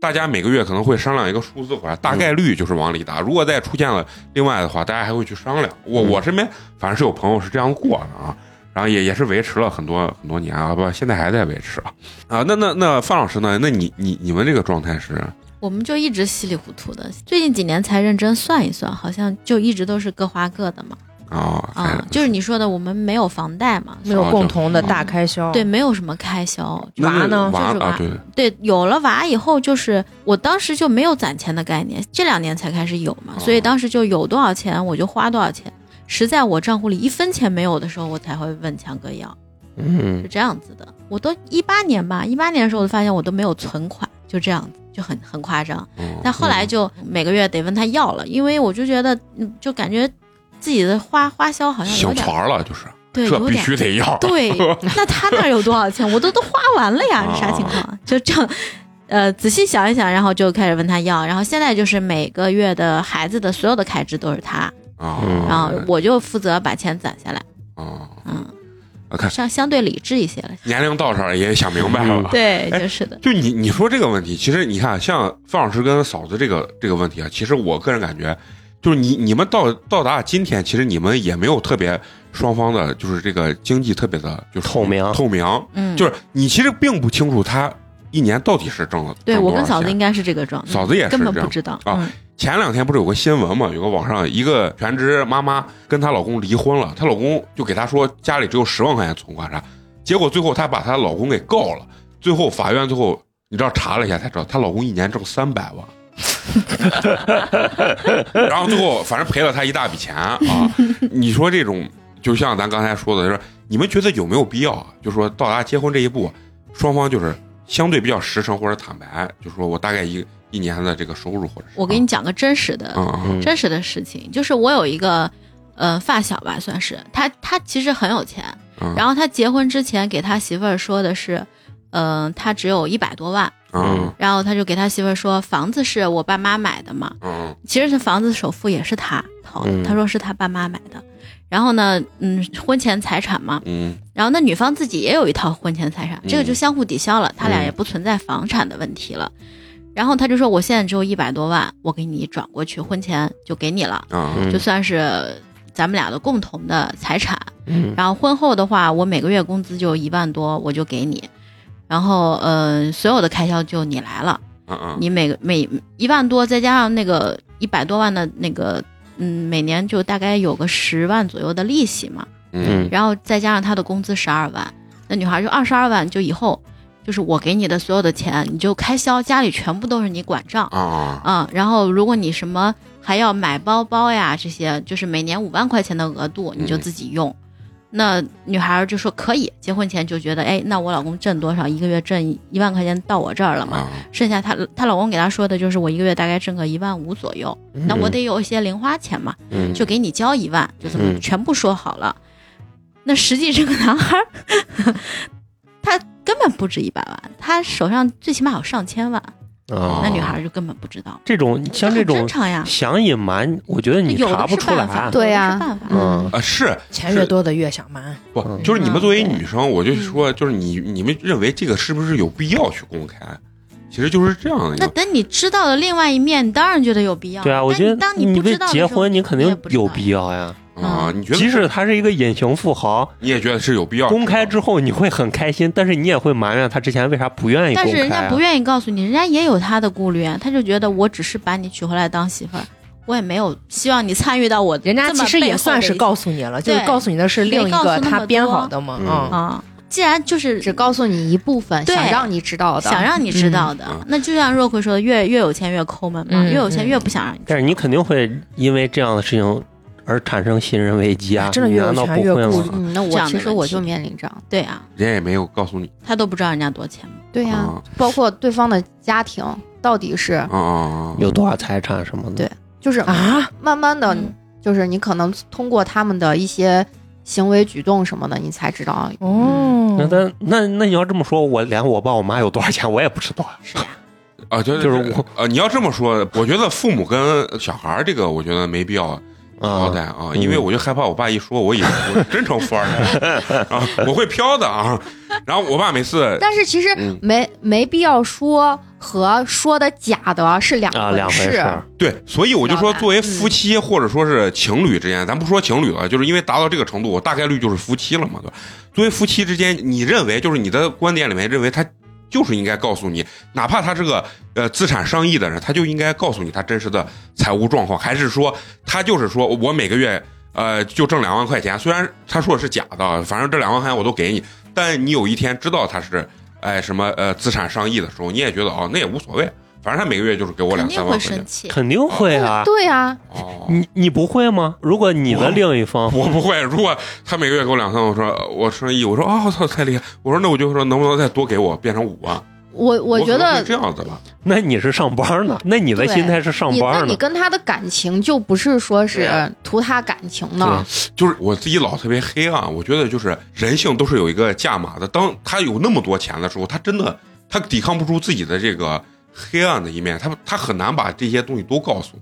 A: 大家每个月可能会商量一个数字回来，
D: 嗯
A: 大概率就是往里打。如果再出现了另外的话，大家还会去商量。我
E: 嗯
A: 我身边反正是有朋友是这样过的啊，然后也也是维持了很多很多年啊，不，现在还在维持啊啊。那那那范老师呢？那你你你们这个状态是
D: 我们就一直稀里糊涂的，最近几年才认真算一算，好像就一直都是各花各的嘛。
A: 啊，还
D: 啊，就是你说的，我们没有房贷嘛，
B: 没有共同的大开销。
D: 对，，没有什么开销。
A: 那
B: 娃呢
A: 娃
D: 就是
A: 啊
D: 娃，
A: 对，
D: 对，有了娃以后，就是我当时就没有攒钱的概念，这两年才开始有嘛，
A: 哦
D: 所以当时就有多少钱我就花多少钱。实在我账户里一分钱没有的时候，我才会问强哥要，
E: 嗯
D: 是，这样子的。我都一八年吧，一八年的时候我就发现我都没有存款，就这样子，就很很夸张。
A: 嗯
D: 但后来就每个月得问他要了，因为我就觉得，嗯就感觉自己的花花销好像有
A: 想
D: 点，
A: 团了，就是
D: 对，
A: 这
D: 有
A: 必
D: 点
A: 须得要，
D: 对，那他那儿有多少钱？我都都花完了呀，
A: 啊
D: 是啥情况？就这样，呃，仔细想一想，然后就开始问他要，然后现在就是每个月的孩子的所有的开支都是他，
A: 啊，
E: 嗯
D: 然后我就负责把钱攒下来，
A: 啊，
D: 嗯，
A: 啊看
D: 相相对理智一些了。
A: 年龄到这儿也想明白了
E: 嗯。
D: 对，
A: 哎
D: 就是的，
A: 就你你说这个问题，其实你看，像范老师跟嫂子这个这个问题啊，其实我个人感觉，就是你你们到到达今天，其实你们也没有特别双方的，就是这个经济特别的，就是
E: 透明
A: 透明，
D: 嗯，
A: 就是你其实并不清楚他一年到底是挣了
D: 对
A: 挣
D: 我
A: 多
D: 跟
A: 少
D: 嫂子
A: 钱
D: 应该是这个状态，
A: 哎嫂子也是
D: 根本
A: 这样
D: 不知道嗯
A: 啊前两天不是有个新闻嘛？有个网上一个全职妈妈跟她老公离婚了，她老公就给她说家里只有十万块钱存款啥，结果最后她把她老公给告了，最后法院最后你知道查了一下才知道，她老公一年挣三百万， 然后最后反正赔了她一大笔钱啊。你说这种就像咱刚才说的，就是你们觉得有没有必要啊？就说到达结婚这一步，双方就是相对比较实诚或者坦白，就说我大概一一年的这个收入或者是
D: 我给你讲个真实的，
A: 啊啊。
E: 嗯
D: 真实的事情，就是我有一个呃发小吧，算是他，他其实很有钱，
A: 嗯
D: 然后他结婚之前给他媳妇儿说的是，嗯、他只有一百多万，
A: 嗯
D: 然后他就给他媳妇儿说，房子是我爸妈买的嘛，
A: 嗯
D: 其实是房子首付也是他掏的，
E: 嗯
D: 他说是他爸妈买的，然后呢，嗯，婚前财产嘛，
A: 嗯
D: 然后那女方自己也有一套婚前财产，
A: 嗯
D: 这个就相互抵消了，他俩也不存在房产的问题了。然后他就说：“我现在只有一百多万，我给你转过去，婚前就给你了，
A: 嗯
D: 就算是咱们俩的共同的财产。
E: 嗯
D: 然后婚后的话，我每个月工资就一万多，我就给你。然后，呃，所有的开销就你来了，
A: 嗯
D: 你每个每一万多，再加上那个一百多万的那个，嗯，每年就大概有个十万左右的利息嘛。
A: 嗯
D: 然后再加上她的工资十二万，那女孩就二十二万，就以后就是我给你的所有的钱，你就开销，家里全部都是你管账
A: 啊
D: 啊、然后如果你什么还要买包包呀这些，就是每年五万块钱的额度，你就
A: 嗯
D: 自己用。那女孩就说可以，结婚前就觉得，哎，那我老公挣多少，一个月挣一万块钱到我这儿了嘛，
A: 啊
D: 剩下她她老公给她说的就是我一个月大概挣个一万五左右，那我得有一些零花钱嘛，
E: 嗯
D: 就给你交一万，就这么
E: 嗯
D: 全部说好了。那实际这个男孩儿， 他根本不止一百万，他手上最起码有上千万，
E: 啊
D: 那女孩儿就根本不知道。
E: 这种像这
D: 很
E: 种
D: 正常呀，
E: 想隐瞒，我觉得你
D: 有的
E: 查不
D: 是
E: 出
D: 办法，
E: 来。啊
C: 对呀
D: 有的是办法。
E: 嗯
A: 啊是
B: 钱越多的越想瞒。
A: 不
E: 嗯
A: 就是你们作为
D: 嗯
A: 女生，我就说就是你你们认为这个是不是有必要去公开？其实就是这样一
D: 那
A: 个
D: 等你知道了另外一面，你当然觉得有必要。
E: 对啊，我
D: 但
E: 觉得
D: 你当你不
E: 为
D: 知道的
E: 结
D: 时候
E: 婚，你肯
D: 你也
E: 定
D: 不知道
E: 有必要呀。
A: 啊，
D: 嗯
A: 你觉得
E: 即使他是一个隐形富豪，
A: 你也觉得是有必要
E: 公开之后你会很开心，但是你也会埋怨他之前为啥不愿意公
D: 但是人
E: 开
D: 家
E: 啊
D: 不。愿意告诉你，人家也有他的顾虑啊，他就觉得我只是把你娶回来当媳妇儿，我也没有希望你参与到我
B: 人家
D: 这么
B: 其实
D: 背
B: 也
D: 后
B: 算
D: 的
B: 是
D: 一
B: 告诉你了，就是
D: 对
B: 告诉你的是另一
D: 没告诉
B: 个
D: 那么
B: 他
D: 多
E: 嗯
B: 编好的嘛。嗯，
D: 啊。既然就是
C: 只告诉你一部分，
D: 对
C: 想让你知道的，
D: 想让你知道的。
A: 嗯嗯
D: 那就像若葵说的，越越有钱越抠门嘛，
B: 嗯
D: 越有钱
B: 嗯
D: 越不想让你知
E: 但
D: 道。
E: 是你肯定会因为这样的事情而产生信任危
D: 哎
E: 机啊！
B: 真的
E: 你
B: 越
E: 难
B: 有
E: 道不
B: 钱越
E: 会
B: 顾
E: 吗
B: 虑？
C: 嗯，那
D: 这
C: 我
D: 样的
C: 其实
D: 问
C: 我
D: 题
C: 就面临这样，
D: 对啊，
A: 人家也没有告诉你
D: 他都不知道人家多钱嘛。
C: 对呀、
A: 啊
C: 包括对方的家庭到底是
A: 啊啊
E: 有多少财产什么的？
C: 对就是
B: 啊，
C: 慢慢的，
D: 嗯
C: 就是你可能通过他们的一些行为举动什么的，你才知道
D: 嗯
C: 嗯
E: 那
B: 哦，
E: 他那那你要这么说，我连我爸我妈有多少钱我也不知道呀。
D: 是啊，
A: 啊！就
E: 就是我
A: 啊，你要这么说，我觉得父母跟小孩儿这个，我觉得没必要
E: 啊
A: 交，代啊，
E: 嗯
A: 因为我就害怕我爸一说，我以为我真成富二代啊，我会飘的啊。然后我爸每次
C: 但是其实
A: 嗯
C: 没、没必要说和说的假的是两
E: 啊，两回
C: 事。
E: 事儿。
A: 对，所以我就
C: 老
A: 说，
C: 板
A: 作为
D: 嗯
A: 夫妻或者说是情侣之间，咱不说情侣了，就是因为达到这个程度，我大概率就是夫妻了嘛，对吧？作为夫妻之间，你认为就是你的观点里面认为他就是应该告诉你，哪怕他是个呃资产上亿的人，他就应该告诉你他真实的财务状况，还是说他就是说我每个月呃，就挣两万块钱。虽然他说的是假的，反正这两万块钱我都给你。但你有一天知道他是，哎，什么呃资产上亿的时候，你也觉得哦，那也无所谓，反正他每个月就是给我
D: 肯
A: 两
D: 定
A: 三
D: 会
A: 万块
D: 生
A: 钱。
D: 气。
E: 肯定会啊。
C: 对呀，
A: 哦，
E: 你你不会吗？如果你的另一方，
A: 我不会。如果他每个月给我两三万，我说呃我生意，我说啊，我、操，太厉害！我说那我就说能不能再多给我变成五万？
C: 我我
A: 我
C: 觉
A: 可能
C: 得
A: 会这样子吧。
E: 那你是上班呢？那你的
C: 对
E: 心态是上
C: 你那
E: 班
C: 你
E: 呢？啊
C: 跟他的感情就不是说
A: 对
C: 是图他感情呢，
A: 就是我自己老特别黑啊，我觉得就是人性都是有一个价码的。当他有那么多钱的时候，他真的他抵抗不住自己的这个黑暗的一面，他他很难把这些东西都告诉你。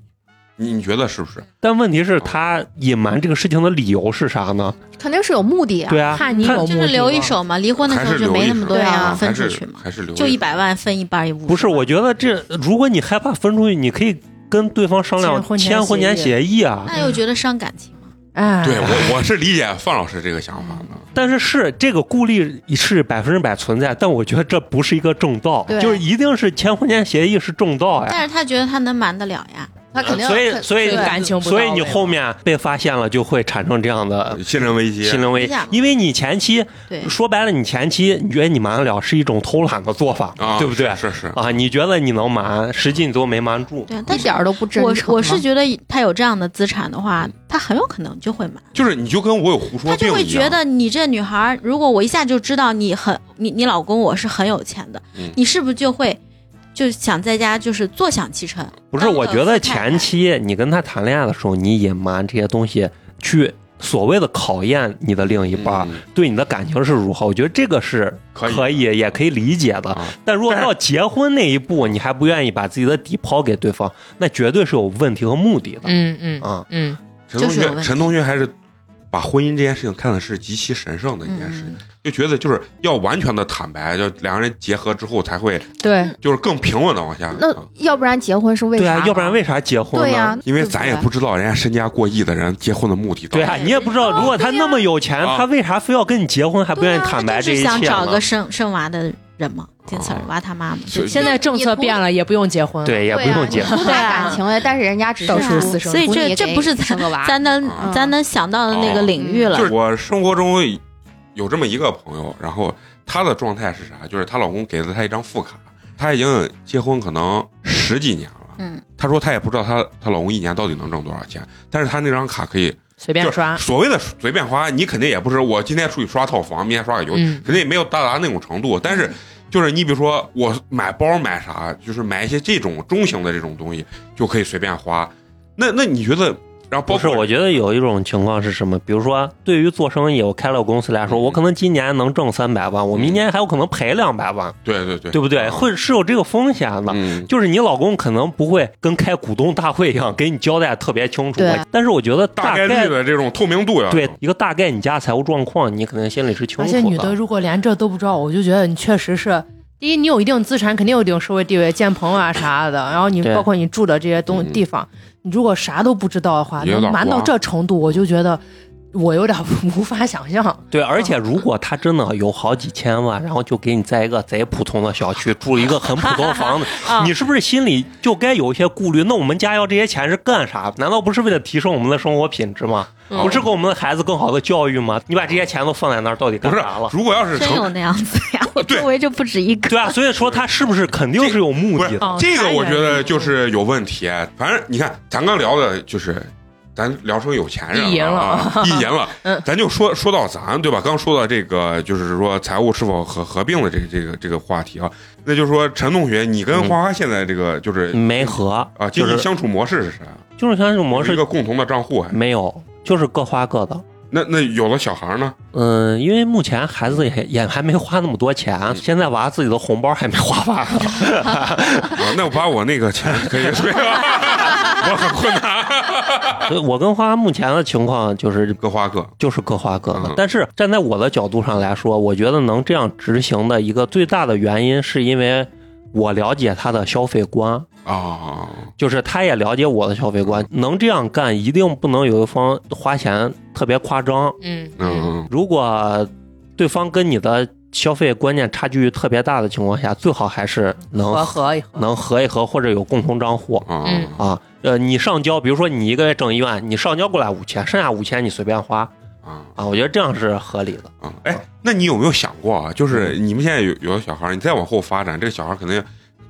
A: 你你觉得是不是？
E: 但问题是，他隐瞒这个事情的理由是啥呢？
C: 肯定是有目的啊。
E: 对啊，
B: 看你
E: 他
B: 有
D: 就是留一手嘛，离婚的时
A: 还
D: 候
A: 是
D: 就
A: 留
D: 没
A: 一
D: 那么
A: 手
D: 多
C: 对啊
D: 要分
A: 还
D: 出
A: 是
D: 去嘛，
A: 还是留
D: 就一
A: 着
D: 百万分一半也五十万。
E: 不是，我觉得这，如果你害怕分出去，你可以跟对方商量
B: 签婚前
E: 签婚前
B: 协
E: 协议啊。
D: 那又觉得伤感情嘛？
B: 哎，
A: 对我我是理解范老师这个想法 的，
E: 但是是这个顾虑是百分之百存在，但我觉得这不是一个正道，
C: 对
E: 就是一定是签婚前协议是正道呀。
D: 但是他觉得他能瞒得了呀，
C: 他肯定
E: 所以
C: 肯
E: 所以
C: 对
B: 感情不到
E: 所
B: 位
E: 以你后面被发现了，就会产生这样的
A: 信任危机。
E: 心灵危
D: 是
E: 机
D: 这样，
E: 因为你前期
D: 对，
E: 说白了，你前期你觉得你瞒得了是一种偷懒的做法，
A: 啊，
E: 对不对？
A: 是是，
E: 啊，你觉得你能瞒，实际你都没瞒住。
D: 对啊，但
C: 一
D: 是
C: 点儿都不真
D: 我
C: 诚啊。
D: 我是觉得他有这样的资产的话，他很有可能就会瞒，
A: 就是你就跟我有胡
D: 他
A: 说病
D: 就会
A: 一
D: 觉
A: 样。
D: 得你这女孩儿，如果我一下就知道你很你你老公我是很有钱的，
A: 嗯
D: 你是不是就会就想在家就是坐享其成？
E: 不是，
D: 当
E: 我
D: 个
E: 觉得
D: 富太太
E: 前期你跟他谈恋爱的时候，你隐瞒这些东西，去所谓的考验你的另一半儿、
A: 嗯
E: 对你的感情是如何，我觉得这个是
A: 可以
E: 以也可以理解的。
A: 啊
E: 但如果
A: 但
E: 到结婚那一步，你还不愿意把自己的底抛给对方，那绝对是有问题和目的的。
B: 嗯嗯
E: 啊，
B: 嗯，
A: 陈同
D: 就是有问
A: 学，
D: 题
A: 陈同学还是把婚姻这件事情看的是极其神圣的一件事情，
D: 嗯，
A: 就觉得就是要完全的坦白，就两个人结合之后才会
D: 嗯
B: 对，
A: 就是更平稳的往下。
C: 那
A: 啊
C: 要不然结婚是为啥
E: 对
C: 呢？
E: 啊，要不然为啥结婚呢？
C: 对啊呀，
A: 因为咱也
C: 对
A: 不知道人家身家过亿的人结婚的目的到
E: 对
A: 底。
E: 啊，你也不知道，如果他那么有钱，
A: 啊
E: 他为啥非要跟你结婚，还不愿意
D: 对啊
E: 坦白
D: 他
E: 这
D: 就是
E: 一
D: 想
E: 切
D: 找
E: 呢
D: 个？生生娃的人嘛，金刺儿娃他妈嘛，
A: 所以
B: 现在政策变了，也不用结婚了。
E: 对，也不
C: 对啊
E: 用结
C: 你。图他感情了，但是人家只是
B: 到处
C: 图
B: 私生
D: 所以
C: 图
D: 这
C: 你
D: 这
C: 给
D: 不是咱
C: 生 个娃。
D: 咱能
A: 啊
D: 咱能想到的那个领域了
A: 就。是我生活中有这么一个朋友，然后她的状态是啥？就是她老公给了她一张副卡，她已经结婚可能十几年了。
D: 嗯，
A: 她说她也不知道她她老公一年到底能挣多少钱，但是她那张卡可以
B: 随
A: 就
B: 便
A: 是
B: 刷。
A: 所谓的随便花，你肯定也不是我今天出去刷套房，明天刷个油，
B: 嗯
A: 肯定也没有到达那种程度。但是
E: 嗯
A: 就是你比如说我买包买啥，就是买一些这种中型的这种东西就可以随便花。那那你觉得？然后 包
E: 不是，
A: 括
E: 我觉得有一种情况是什么？比如说，对于做生意，我开了公司来说，
A: 嗯
E: 我可能今年能挣三百万，我明年还有可能赔两百万，
A: 对对对，
E: 对不对？会是有这个风险的。
A: 嗯，
E: 就是你老公可能不会跟开股东大会一样给你交代特别清楚
C: 对，
E: 但是我觉得
A: 大概率的这种透明度呀，
E: 对一个大概你家财务状况，你可能心里是清
B: 而
E: 楚
B: 且
E: 的。
B: 女的如果连这都不知道，我就觉得你确实是，第一，你有一定资产，肯定有一定社会地位，见朋友啊啥的，然后你
E: 对
B: 包括你住的这些东
A: 嗯
B: 地方，你如果啥都不知道的话，
A: 也有点
B: 能瞒到这程度，我就觉得我有点 无法想象。
E: 对，而且如果他真的有好几千万，然后就给你在一个贼普通的小区住一个很普通 的房子，
A: 啊
E: 你是不是心里就该有一些顾虑？那我们家要这些钱是干啥？难道不是为了提升我们的生活品质吗？
A: 嗯
E: 不是给我们的孩子更好的教育吗？你把这些钱都放在那儿，到底
A: 不
E: 干
A: 是
E: 啥了？
A: 如果要是
D: 真有
A: 成
D: 那样子呀，我
A: 对
D: 周围就不止一个。
E: 对啊，所以说他是不是肯定是有目
A: 不
E: 的
A: 是
E: 的？
B: 哦
A: 这个，
B: 当
A: 我
B: 然
A: 觉得就是有问题。哎反正你看，咱刚聊的就是。咱聊成有钱人
B: 意淫
A: 了，
B: 了嗯
A: 啊，意淫了， 咱就说说到咱对吧？刚说到这个，就是说财务是否合合并的这个这个这个话题啊，那就是说陈同学，你跟
E: 嗯
A: 花花现在这个就是、
E: 没和
A: 啊，经
E: 就
A: 济
E: 是
A: 相处模式是啥？
E: 就是像这种模
A: 有一
E: 式
A: 个共同的账户还是，
E: 没有，就是各花各的。
A: 那那有了小孩呢？
E: 嗯，因为目前孩子也也还没花那么多
A: 嗯
E: 钱，啊现在娃自己的红包还没花完。
A: 啊，那我把我那个钱可以 退了，我很困难，
E: 所以我跟花花目前的情况就是
A: 各花各。
E: 就是各花各的
A: 嗯。
E: 但是站在我的角度上来说，我觉得能这样执行的一个最大的原因，是因为我了解他的消费观，
A: 啊，
E: 就是他也了解我的消费观。能这样干，一定不能有一方花钱特别夸张。
B: 嗯
A: 嗯，
E: 如果呃对方跟你的消费观念差距特别
B: 嗯
E: 大的情况下，最好还是能
B: 和和一和，
E: 能合一合，或者有共同账户
A: 啊，
B: 嗯
E: 啊。呃，你上交，比如说你一个月挣一万，你上交过来五千，剩下五千你随便花
A: 啊
E: 啊，我觉得这样是合理的。
A: 啊！哎，那你有没有想过啊？就是你们现在有有的小孩儿，你再往后发展，这个小孩儿肯定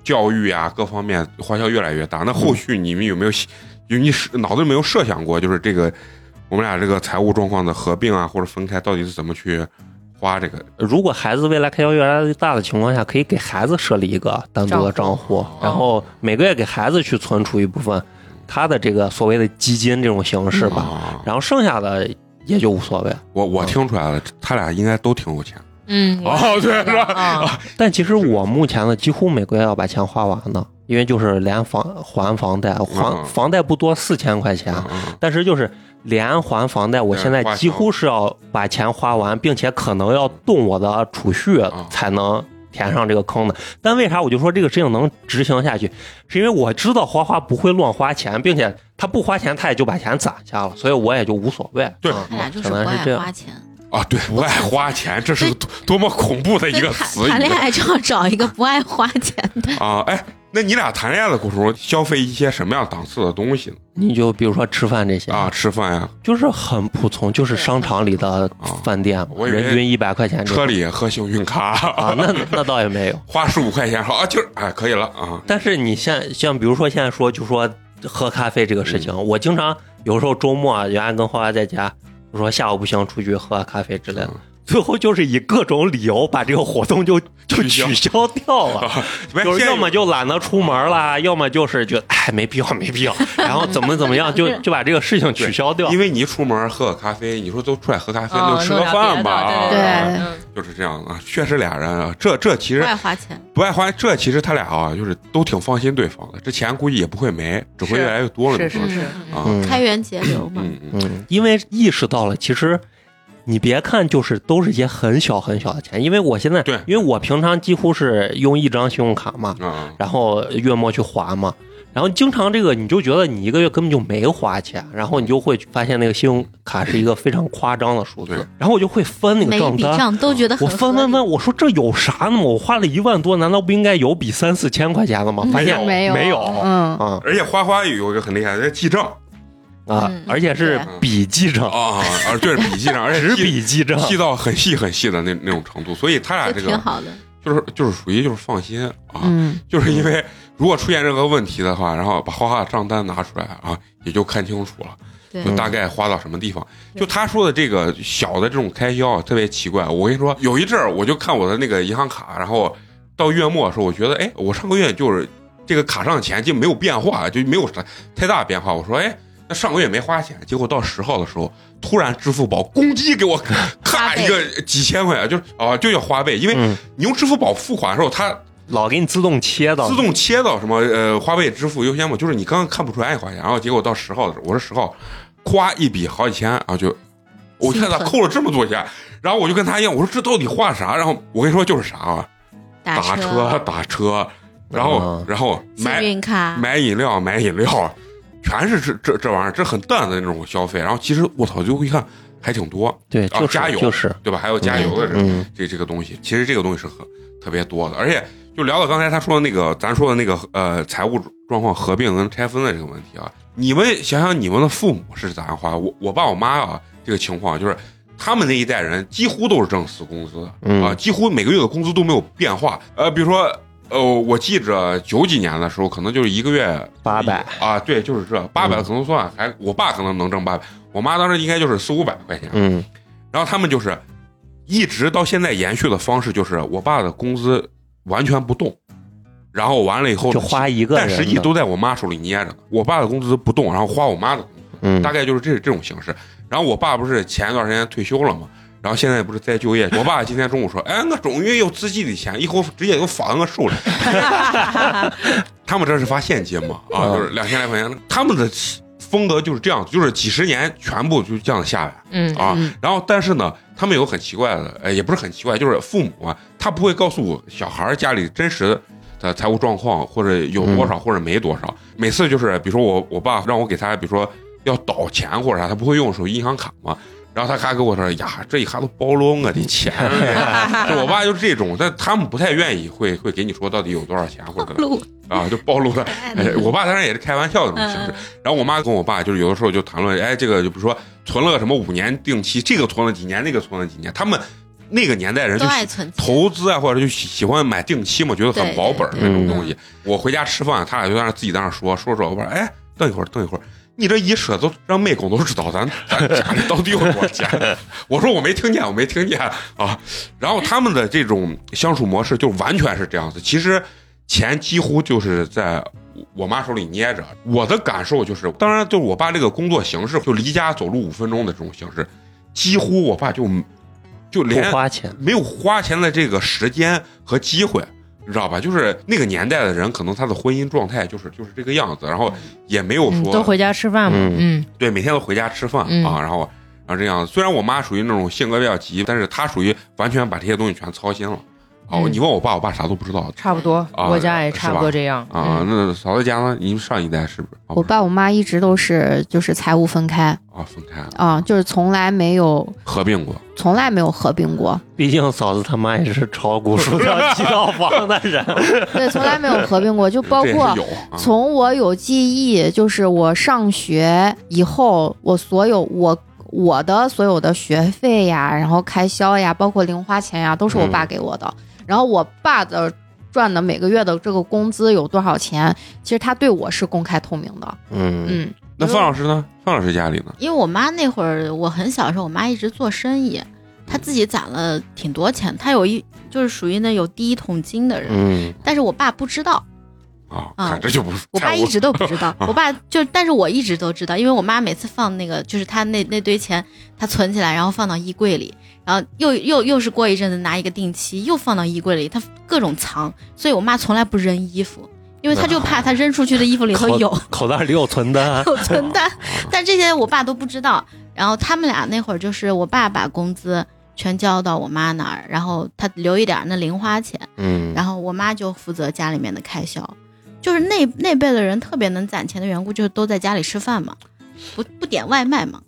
A: 教育啊各方面花销越来越大。那后续你们有没有想，有你是脑子里没有设想过，就是这个我们俩这个财务状况的合并啊，或者分开，到底是怎么去花这个？
E: 如果孩子未来开销越来越大的情况下，可以给孩子设立一个单独的账户，然后每个月给孩子去存储一部分他的这个所谓的基金这种形式吧，
A: 啊，
E: 然后剩下的也就无所谓。
A: 我我听出来了，他俩应该都挺有钱。
B: 嗯，
A: 哦，对，是吧？
B: 啊，
E: 但其实我目前呢，几乎每个月要把钱花完呢，因为就是连房还房贷，还
A: 嗯
E: 房贷不多四千块钱，
A: 嗯
E: 但是就是连还房贷，我
A: 对
E: 现在
A: 花
E: 几
A: 销
E: 乎是要把钱花完，并且可能要动我的储蓄
A: 啊
E: 才能填上这个坑的。但为啥我就说这个事情能执行下去，是因为我知道花花不会乱花钱，并且他不花钱，他也就把钱攒下了，所以我也就无所谓。
A: 对
E: 嗯
D: 他俩就是
E: 可
D: 不
E: 能是
D: 爱
E: 这样。
D: 花钱，
A: 啊，对，不爱花钱，这是个多多么恐怖的一个
D: 谈
A: 词
D: 谈
A: 语
D: 恋爱就要找 一个不爱花钱的。
A: 啊！哎，那你俩谈恋爱的过程中，消费一些什么样档次的东西呢？
E: 你就比如说吃饭这些
A: 啊，，吃饭呀，
E: 就是很普通，就是商场里的饭店，
A: 啊我以为
E: 人均一百块钱这种
A: 车里喝幸运
E: 啊
A: 咖，，
E: 那那倒也没有。
A: 花十五块钱，好，啊今儿哎可以了啊，
E: 但是你像像比如说现在说就说喝咖啡这个事
A: 嗯
E: 情，我经常有时候周末啊，原来跟花花在家，我说下午不行，出去喝咖啡之类的。
A: 嗯
E: 最后就是以各种理由把这个活动就就
A: 取消
E: 取消掉了，
A: 喂
E: 就是
A: 现在
E: 要么就懒得出门啦，要么就是觉得哎没必要没必要，然后怎么怎么样就就把这个事情取消掉
A: 因。为你一出门喝个咖啡，你说都出来喝咖啡，
B: 啊
A: 就吃个饭吧，
B: 弄
A: 啊
B: 点
C: 别的
A: 啊
C: 对
B: 嗯
A: 就是这样啊，确实俩人啊，这这其
D: 不
A: 实
D: 爱花钱，
A: 不爱花，这其实他俩啊，就是都挺放心对方的，这钱估计也不会没，只会越来越多了，
B: 是
A: 你说
B: 是是，
A: 啊，
E: 嗯
D: 开源节流嘛。
A: 嗯嗯，
E: 嗯，因为意识到了，其实你别看就是都是一些很小很小的钱，因为我现在
A: 对
E: 因为我平常几乎是用一张信用卡嘛，
A: 啊啊，
E: 然后月末去还嘛，然后经常这个你就觉得你一个月根本就没花钱，然后你就会发现那个信用卡是一个非常夸张的数
A: 对
E: 字，然后我就会翻那个
D: 每一
E: 账
D: 笔
E: 单。
D: 账都
A: 哦
D: 觉得很
E: 我翻翻翻，我说这有啥呢？我花了一万多，难道不应该有比三四千块钱的吗？发现
A: 有
C: 没有
E: 没有
C: 嗯，
E: 啊
A: 而且花花有一个很厉害，这记账
E: 啊
D: 嗯！
E: 而且是
D: 对
E: 笔记账，
A: 啊，而对笔记 上，而且
E: 纸
A: 记
E: 笔记账，
A: 细到很细很细的那那种程度，所以他俩
D: 就
A: 这
D: 挺
A: 个
D: 好的，
A: 就是就是属于就是放心啊，
C: 嗯，
A: 就是因为如果出现任何问题的话，然后把花花的账单拿出来啊，也就看清楚了，
D: 对
A: 就大概花到什么地方。
D: 对
A: 就他说的这个小的这种开销啊，特别奇怪。我跟你说，有一阵儿我就看我的那个银行卡，然后到月末的时候，我觉得哎，我上个月就是这个卡上的钱就没有变化，就没有啥太大变化。我说哎。那上个月没花钱，结果到十号的时候，突然支付宝公鸡给我咔一个几千块钱，就是啊，就叫花呗，因为
E: 嗯，
A: 你用支付宝付款的时候，它
E: 老给你自动切到，
A: 自动切到什么呃花呗支付优先嘛，就是你刚刚看不出来爱花钱，然后结果到十号的时候，我说十号，夸一笔好几千，然后就我看他扣了这么多钱，然后我就跟他一样，我说这到底画啥？然后我跟你说就是啥啊，
D: 打
A: 打车打车，然后
E: 嗯
A: 然后
D: 幸
A: 买
D: 运卡，
A: 买饮料买饮料，全是这这这玩意儿，这很淡的那种消费。然后其实我操，就一看还挺多，
E: 对，
A: 啊
E: 就是
A: 加油
E: 就是，
A: 对吧？还有加油的这种
E: 嗯，
A: 这这个东西，其实这个东西是很特别多的，而且就聊到刚才他说的那个，咱说的那个呃财务状况合并跟拆分的这个问题啊，你们想想你们的父母是咋样花？我我爸我妈啊，这个情况就是他们那一代人几乎都是挣死工资的
E: 嗯
A: 啊，几乎每个月的工资都没有变化。呃，比如说呃，我记着九几年的时候，可能就是一个月
E: 800
A: 啊，对，就是这八
E: 嗯
A: 百可能算还，我爸可能能挣八百，我妈当时应该就是四五百块钱，
E: 嗯，
A: 然后他们就是一直到现在延续的方式，就是我爸的工资完全不动，然后完了以后
E: 就花，一个人
A: 但
E: 的，
A: 实际都在我妈手里捏着呢。我爸的工资不动，然后花我妈的，
E: 嗯
A: 大概就是这这种形式。然后我爸不是前一段时间退休了嘛，然后现在不是再就 业。我爸今天中午说：“哎，我终于有自己的钱，以后直接就发我手里。” 他们这是发现金嘛，啊，
E: 嗯
A: 就是两千来块钱。他们的风格就是这样，就是几十年全部就这样下来。
B: 嗯
A: 啊
B: 嗯
A: 然后，但是呢，他们有很奇怪的，呃，也不是很奇怪，就是父母啊，他不会告诉小孩儿家里真实的财务状况，或者有多
B: 嗯
A: 少，或者没多少。每次就是，比如说我我爸让我给他，比如说要倒钱或者啥，他不会用手机银行卡嘛，然后他还跟我说：“哎呀，这一下都包了我的钱 了。”就我爸就是这种，但他们不太愿意会会给你说到底有多少钱或者怎么
D: 路
A: 啊，就暴露了。
D: 嗯
A: 哎我爸当然也是开玩笑的这种形式。然后我妈跟我爸就是有的时候就谈论，哎，这个就比如说存了个什么五年定期，这个存了几年，那个存了几年，他们那个年代人就
D: 都
A: 喜
D: 爱存钱，
A: 投资啊，或者就喜喜欢买定期嘛，觉得很保本儿
D: 对嗯
A: 那种
E: 对对
A: 东西。我回家吃饭，他俩就在那自己在那说说说，我说哎，等一会儿，等一会儿。你这一说都让妹狗都知道咱咱家里到底有多少钱。 我说我没听见，我没听见啊。然后他们的这种相处模式就完全是这样子。其实钱几乎就是在我妈手里捏着。我的感受就是，当然就是我爸这个工作形式，就离家走路五分钟的这种形式，几乎我爸就就
E: 不
A: 连
E: 花钱，
A: 没有花钱的这个时间和机会，你知道吧？就是那个年代的人，可能他的婚姻状态就是就是这个样子，然后也没有
B: 嗯，
A: 说、
B: 都回家吃饭嘛，嗯
A: 对每天都回家吃饭、
B: 嗯
A: 啊，然后然后这样。虽然我妈属于那种性格比较急，但是她属于完全把这些东西全操心了啊。
B: 嗯
A: 你问我爸，我爸啥都不知道
B: 差不多，
A: 啊
B: 我家也差不多这样
A: 啊。
B: 嗯
A: 那嫂子家呢？你们上一代是不是？啊
C: 我
A: 不是
C: 爸我妈一直都是就是财务分开
A: 啊分开了，
C: 啊、就是从来没有
A: 合并过。
C: 从来没有合并过，
E: 毕竟嫂子他妈也是炒股数票七套房的人，
C: 对，从来没有合并过，就包
A: 这也
C: 括
A: 是有啊，
C: 从我有记忆，就是我上学以后，我所有我我的所有的学费呀，然后开销呀，包括零花钱呀，都是我爸给我的。然后我爸的赚的每个月的这个工资有多少钱，其实他对我是公开透明的。
E: 嗯，
C: 嗯，
A: 那范老师呢？范老师家里呢？
D: 因为我妈那会儿，我很小的时候，我妈一直做生意，她自己攒了挺多钱，她有一就是属于那有第一桶金的人，
E: 嗯，
D: 但是我爸不知道，
A: 啊，
D: 啊
A: 看这就不是
D: 我
A: 太
D: 爸一直都不知道，我爸就但是我一直都知道，因为我妈每次放那个就是她那那堆钱，她存起来，然后放到衣柜里，然后又又又是过一阵子拿一个定期又放到衣柜里，她各种藏，所以我妈从来不扔衣服，因为她就怕她扔出去的衣服里头
E: 口
D: 有。
E: 口袋里有存单，
D: 有存单，但这些我爸都不知道。然后他们俩那会儿就是我爸把工资全交到我妈那儿，然后他留一点儿那零花钱，
E: 嗯，
D: 然后我妈就负责家里面的开销。就是那那辈的人特别能攒钱的缘故，就是都在家里吃饭嘛，不不点外卖嘛。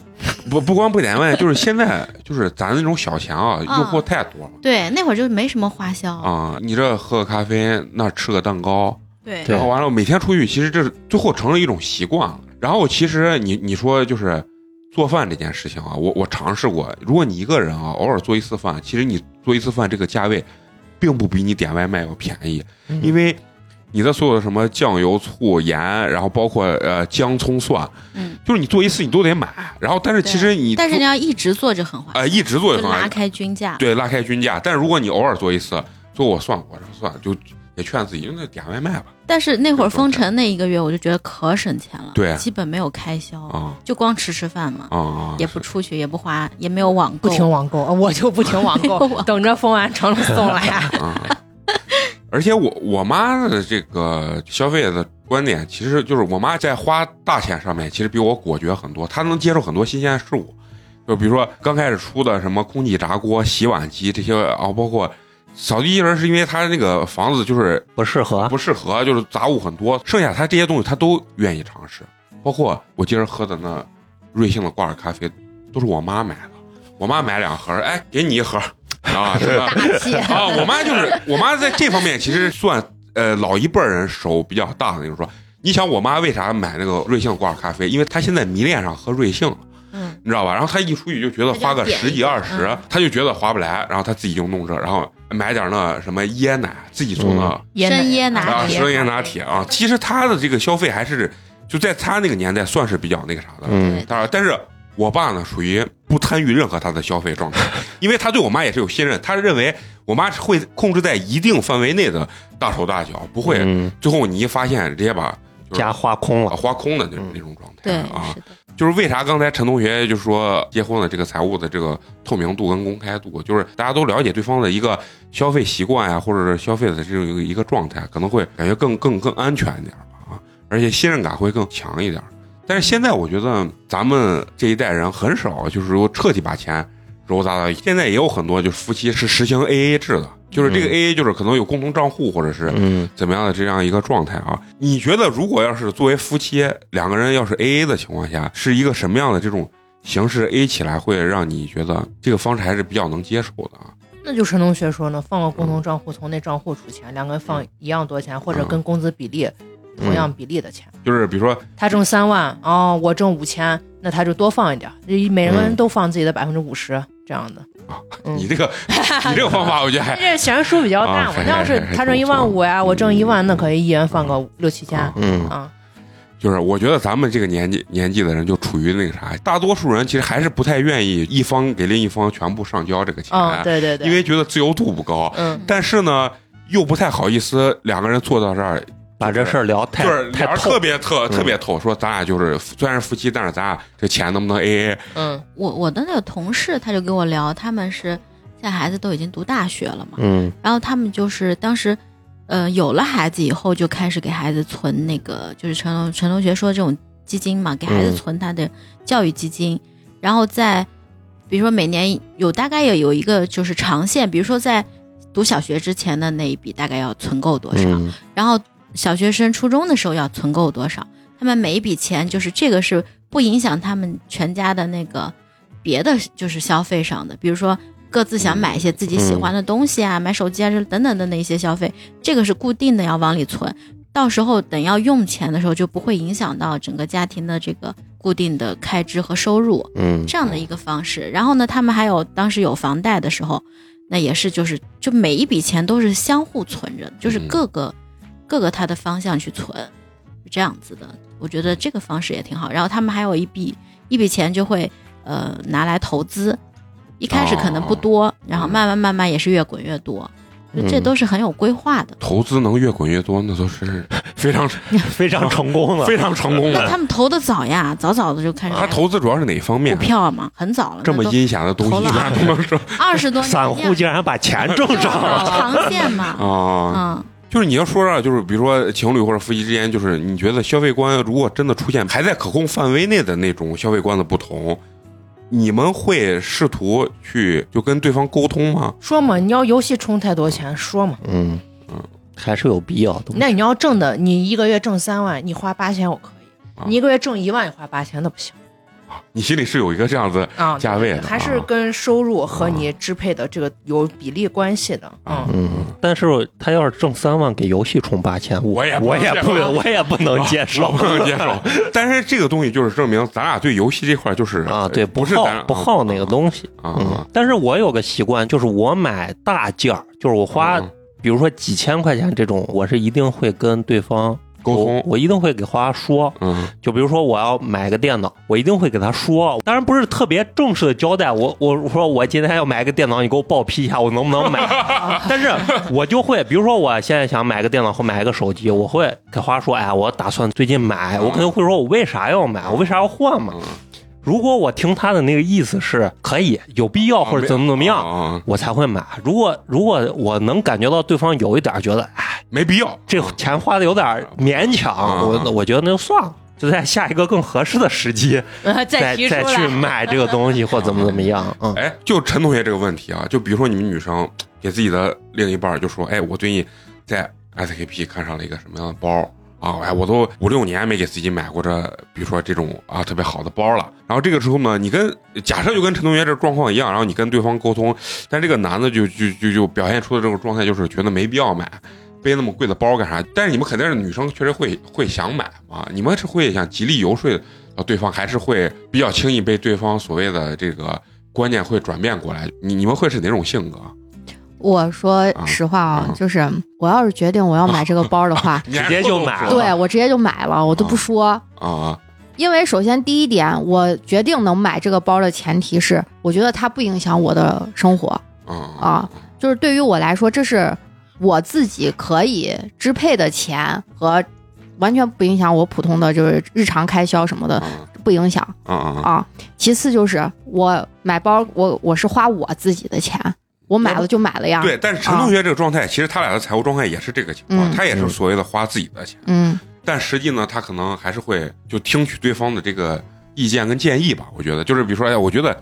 A: 不不光不点外，就是现 在就是咱那种小钱啊，诱
D: 啊
A: 惑太多了
D: 对，那会儿就没什么花销。
A: 啊！你这喝个咖啡，那吃个蛋糕，
D: 对
E: 对
A: 然后完了每天出去，其实这是最后成了一种习惯了。然后其实你你说就是做饭这件事情啊，我我尝试过，如果你一个人啊，偶尔做一次饭，其实你做一次饭这个价位，并不比你点外卖要便宜，
E: 嗯
A: 因为你的所有的什么酱油、醋、盐，然后包括呃姜、葱、蒜，
D: 嗯，
A: 就是你做一次你都得买，然后但是其实你
D: 但是
A: 做
D: 你要一直做着很花，
A: 呃，一直做
D: 就
A: 就很
D: 拉开均价。
A: 对，拉开均价。但如果你偶尔做一次，做我算我说算，就也劝自己，那点外卖吧。
D: 但是那会儿封城那一个月，我就觉得可省钱了，
A: 对
D: 基本没有开销，
A: 啊
D: 就光吃吃饭嘛。
A: 啊啊！
D: 也不出去，也不花，也没有网
B: 不
D: 购，
B: 停网购，呃我就不停 网
D: 没
B: 购
D: 有，网
B: 等着封完城了送 来。
A: 啊。而且我我妈的这个消费的观点，其实就是我妈在花大钱上面，其实比我果决很多。她能接受很多新鲜事物，就比如说刚开始出的什么空气炸锅、洗碗机这些啊，包括扫地机器人，是因为她那个房子就是
E: 不适
D: 啊
E: 合，
A: 不适合，就是杂物很多。剩下他这些东西他都愿意尝试，包括我今儿喝的那瑞幸的挂耳咖啡，都是我妈买的。我妈买两盒，哎，给你一盒 啊，是吧？
D: 大 气。
A: 啊，我妈就是我妈在这方面其实算呃老一辈儿人手比较大的那种说。你想我妈为啥买那个瑞幸挂耳咖啡？因为她现在迷恋上喝瑞幸了，
D: 嗯，
A: 你知道吧？然后她一出去就觉得花个
D: 她就点
A: 十
D: 一
A: 几
D: 个
A: 二十
D: 嗯，
A: 她就觉得划不来，然后她自己就弄这，然后买点那什么椰奶，自己从那
E: 嗯
D: 深椰拿
A: 啊，
D: 铁
A: 生椰拿铁啊，其实他的这个消费还是就在他那个年代算是比较那个啥的。
E: 嗯，
A: 当然，但是我爸呢属于不参与任何他的消费状态，因为他对我妈也是有信任，他认为我妈是会控制在一定范围内的大手大脚，不会
E: 嗯，
A: 最后你一发现直接把就是
E: 家花空
A: 把
E: 了，
A: 花空的那种
E: 嗯
A: 那种状态。
D: 对，
A: 啊
D: 是，的，
A: 就是为啥刚才陈同学就说结婚的这个财务的这个透明度跟公开度，就是大家都了解对方的一个消费习惯呀、或者是消费的这种一个一个状态，可能会感觉更更更安全一点吧啊，而且信任感会更强一点。但是现在我觉得咱们这一代人很少就是说彻底把钱揉杂到，现在也有很多就是夫妻是实行 AA 制的，就是这个
E: 嗯
A: AA 就是可能有共同账户或者是
E: 嗯，
A: 怎么样的这样一个状态啊？你觉得如果要是作为夫妻两个人要是 A A 的情况下，是一个什么样的这种形式 A 起来，会让你觉得这个方式还是比较能接受的啊。
B: 那就陈同学说呢，放个共同账户，从那账户出钱，两个人放一样多钱，
A: 嗯
B: 或者跟工资比例同样比例的钱。
A: 就是比如说，
B: 他挣三万哦，我挣五千，那他就多放一点，这每个人
A: 嗯啊
B: 都放自己的百分之五十这样的。嗯
A: 你这个 你这个方法，我觉得还
B: 这悬殊比较大
A: 啊
B: 嘛，那要是他挣一万五呀，我挣一万，那可以一人放个六七千
A: 啊
E: 嗯，
B: 啊。
A: 就是我觉得咱们这个年纪年纪的人就处于那个啥，大多数人其实还是不太愿意一方给另一方全部上交这个钱，
B: 嗯，对对对，
A: 啊因为觉得自由度不高，
B: 嗯
A: 但是呢又不太好意思两个人坐到这儿，
E: 把这事儿聊太
A: 就是
E: 太
A: 俩人
E: 透
A: 特，别特
E: 嗯
A: 特别透，说咱俩就是虽然是夫妻，但是咱俩这钱能不能 AA？
B: 嗯
D: 我我的那个同事他就跟我聊，他们是现在孩子都已经读大学了嘛，
E: 嗯
D: 然后他们就是当时，呃，有了孩子以后就开始给孩子存那个，就是陈龙陈同学说这种基金嘛，给孩子
E: 嗯
D: 存他的教育基金，然后在比如说每年有大概也有一个就是长线，比如说在读小学之前的那一笔大概要存够多少，
E: 嗯
D: 然后小学生、初中的时候要存够多少？他们每一笔钱就是这个是不影响他们全家的那个别的就是消费上的，比如说各自想买一些自己喜欢的东西啊，买手机啊这等等的那一些消费，这个是固定的要往里存。到时候等要用钱的时候，就不会影响到整个家庭的这个固定的开支和收入。
E: 嗯
D: 这样的一个方式。然后呢，他们还有当时有房贷的时候，那也是就是就每一笔钱都是相互存着，就是
A: 嗯
D: 各个、各个它的方向去存，是这样子的。我觉得这个方式也挺好。然后他们还有一笔一笔钱就会呃拿来投资，一开始可能不多，
A: 哦
D: 然后慢慢慢慢也是越滚越多。就这
E: 嗯
D: 都是很有规划的。
A: 投资能越滚越多，那都 是非常
E: 非常成功了，
A: 非常成功
D: 那
A: 的。
D: 他们投的早呀，早早的就开始
A: 他哎啊投资主要是哪方
D: 股
A: 面？啊
D: 票嘛，很早了，
A: 这么阴险的东西，
D: 投了
A: 你看都能说
D: 二十多年
E: 散户竟然把钱挣
D: 就是
E: 上了，
D: 长线 嘛，
A: 啊。
D: 嗯。
A: 就是你要说啊，就是比如说情侣或者夫妻之间，就是你觉得消费观如果真的出现还在可控范围内的那种消费观的不同，你们会试图去就跟对方沟通吗？
B: 说嘛，你要游戏充太多钱，说嘛。
E: 嗯
A: 嗯，
E: 还是有必要的。
B: 那你要挣的，你一个月挣三万，你花八千我可以；
A: 啊
B: 你一个月挣一万，你花八千那不行
A: 你心里是有一个这样子
D: 哦
B: 啊。
A: 价位的，
B: 还是
A: 啊
B: 跟收入和你支配的这个有比例关系的。
A: 啊
B: 嗯，
E: 嗯，但是他要是挣三万给游戏充八千，
A: 我也不
E: 我也不
A: 能
E: 我也不能接受
A: 我不能接受。但是这个东西就是证明咱俩对游戏这块就是
E: 啊！对，
A: 不是咱
E: 好不好那个东西。嗯
A: 啊，
E: 但是我有个习惯，就是我买大件儿，就是我花，
A: 嗯
E: 比如说几千块钱这种，我是一定会跟对方
A: 沟
E: 我
A: 通，
E: 我一定会给花说。
A: 嗯
E: 就比如说我要买个电脑，我一定会给他说，当然不是特别正式的交代，我我我说我今天要买个电脑，你给我报批一下，我能不能买？但是我就会，比如说我现在想买个电脑或买一个手机，我会给花说，哎，我打算最近买，我肯定会说我为啥要买，我为啥要换嘛。
A: 嗯，
E: 如果我听他的那个意思是可以有必要或者怎么怎么样，
A: 啊，
E: 我才会买。如果如果我能感觉到对方有一点觉得，哎，
A: 没必要。
E: 这钱花的有点勉
A: 啊
E: 强，我我觉得那就算了，就在下一个更合适的时机 再
B: 提出
E: 再去
B: 来。
E: 买这个东西或怎么怎么样。嗯
A: 哎，就陈同学这个问题啊，就比如说你们女生给自己的另一半儿就说，哎，我最近在 SKP 看上了一个什么样的包儿啊？哎，我都五六年没给自己买过这，比如说这种啊特别好的包了。然后这个时候呢，你跟假设就跟陈同学这状况一样，然后你跟对方沟通，但这个男的就就就就表现出的这种状态就是觉得没必要买。背那么贵的包干啥？但是你们肯定是女生，确实会会想买嘛。你们是会想极力游说到对方，还是会比较轻易被对方所谓的这个观念会转变过来。你你们会是哪种性格？
C: 我说
A: 啊
C: 实话啊，
A: 啊，
C: 就是我要是决定我要买这个包的话
A: 你还
E: 直接就买了
A: 透露
C: 对我直接就买了，我都不说。
A: 啊
C: 因为首先第一点，我决定能买这个包的前提是，我觉得它不影响我的生活
A: 啊啊！
C: 啊，就是对于我来说，这是我自己可以支配的钱和完全不影响我普通的就是日常开销什么的，不影响。
A: 啊啊！
C: 啊。其次就是我买包，我我是花我自己的钱，我买了就买了呀。
A: 对，但是陈同学这个状态，其实他俩的财务状态也是这个情况，
C: 嗯
A: 他也是所谓的花自己的钱，
C: 嗯，
A: 但实际呢，他可能还是会就听取对方的这个意见跟建议吧。我觉得，就是比如说，哎，我觉得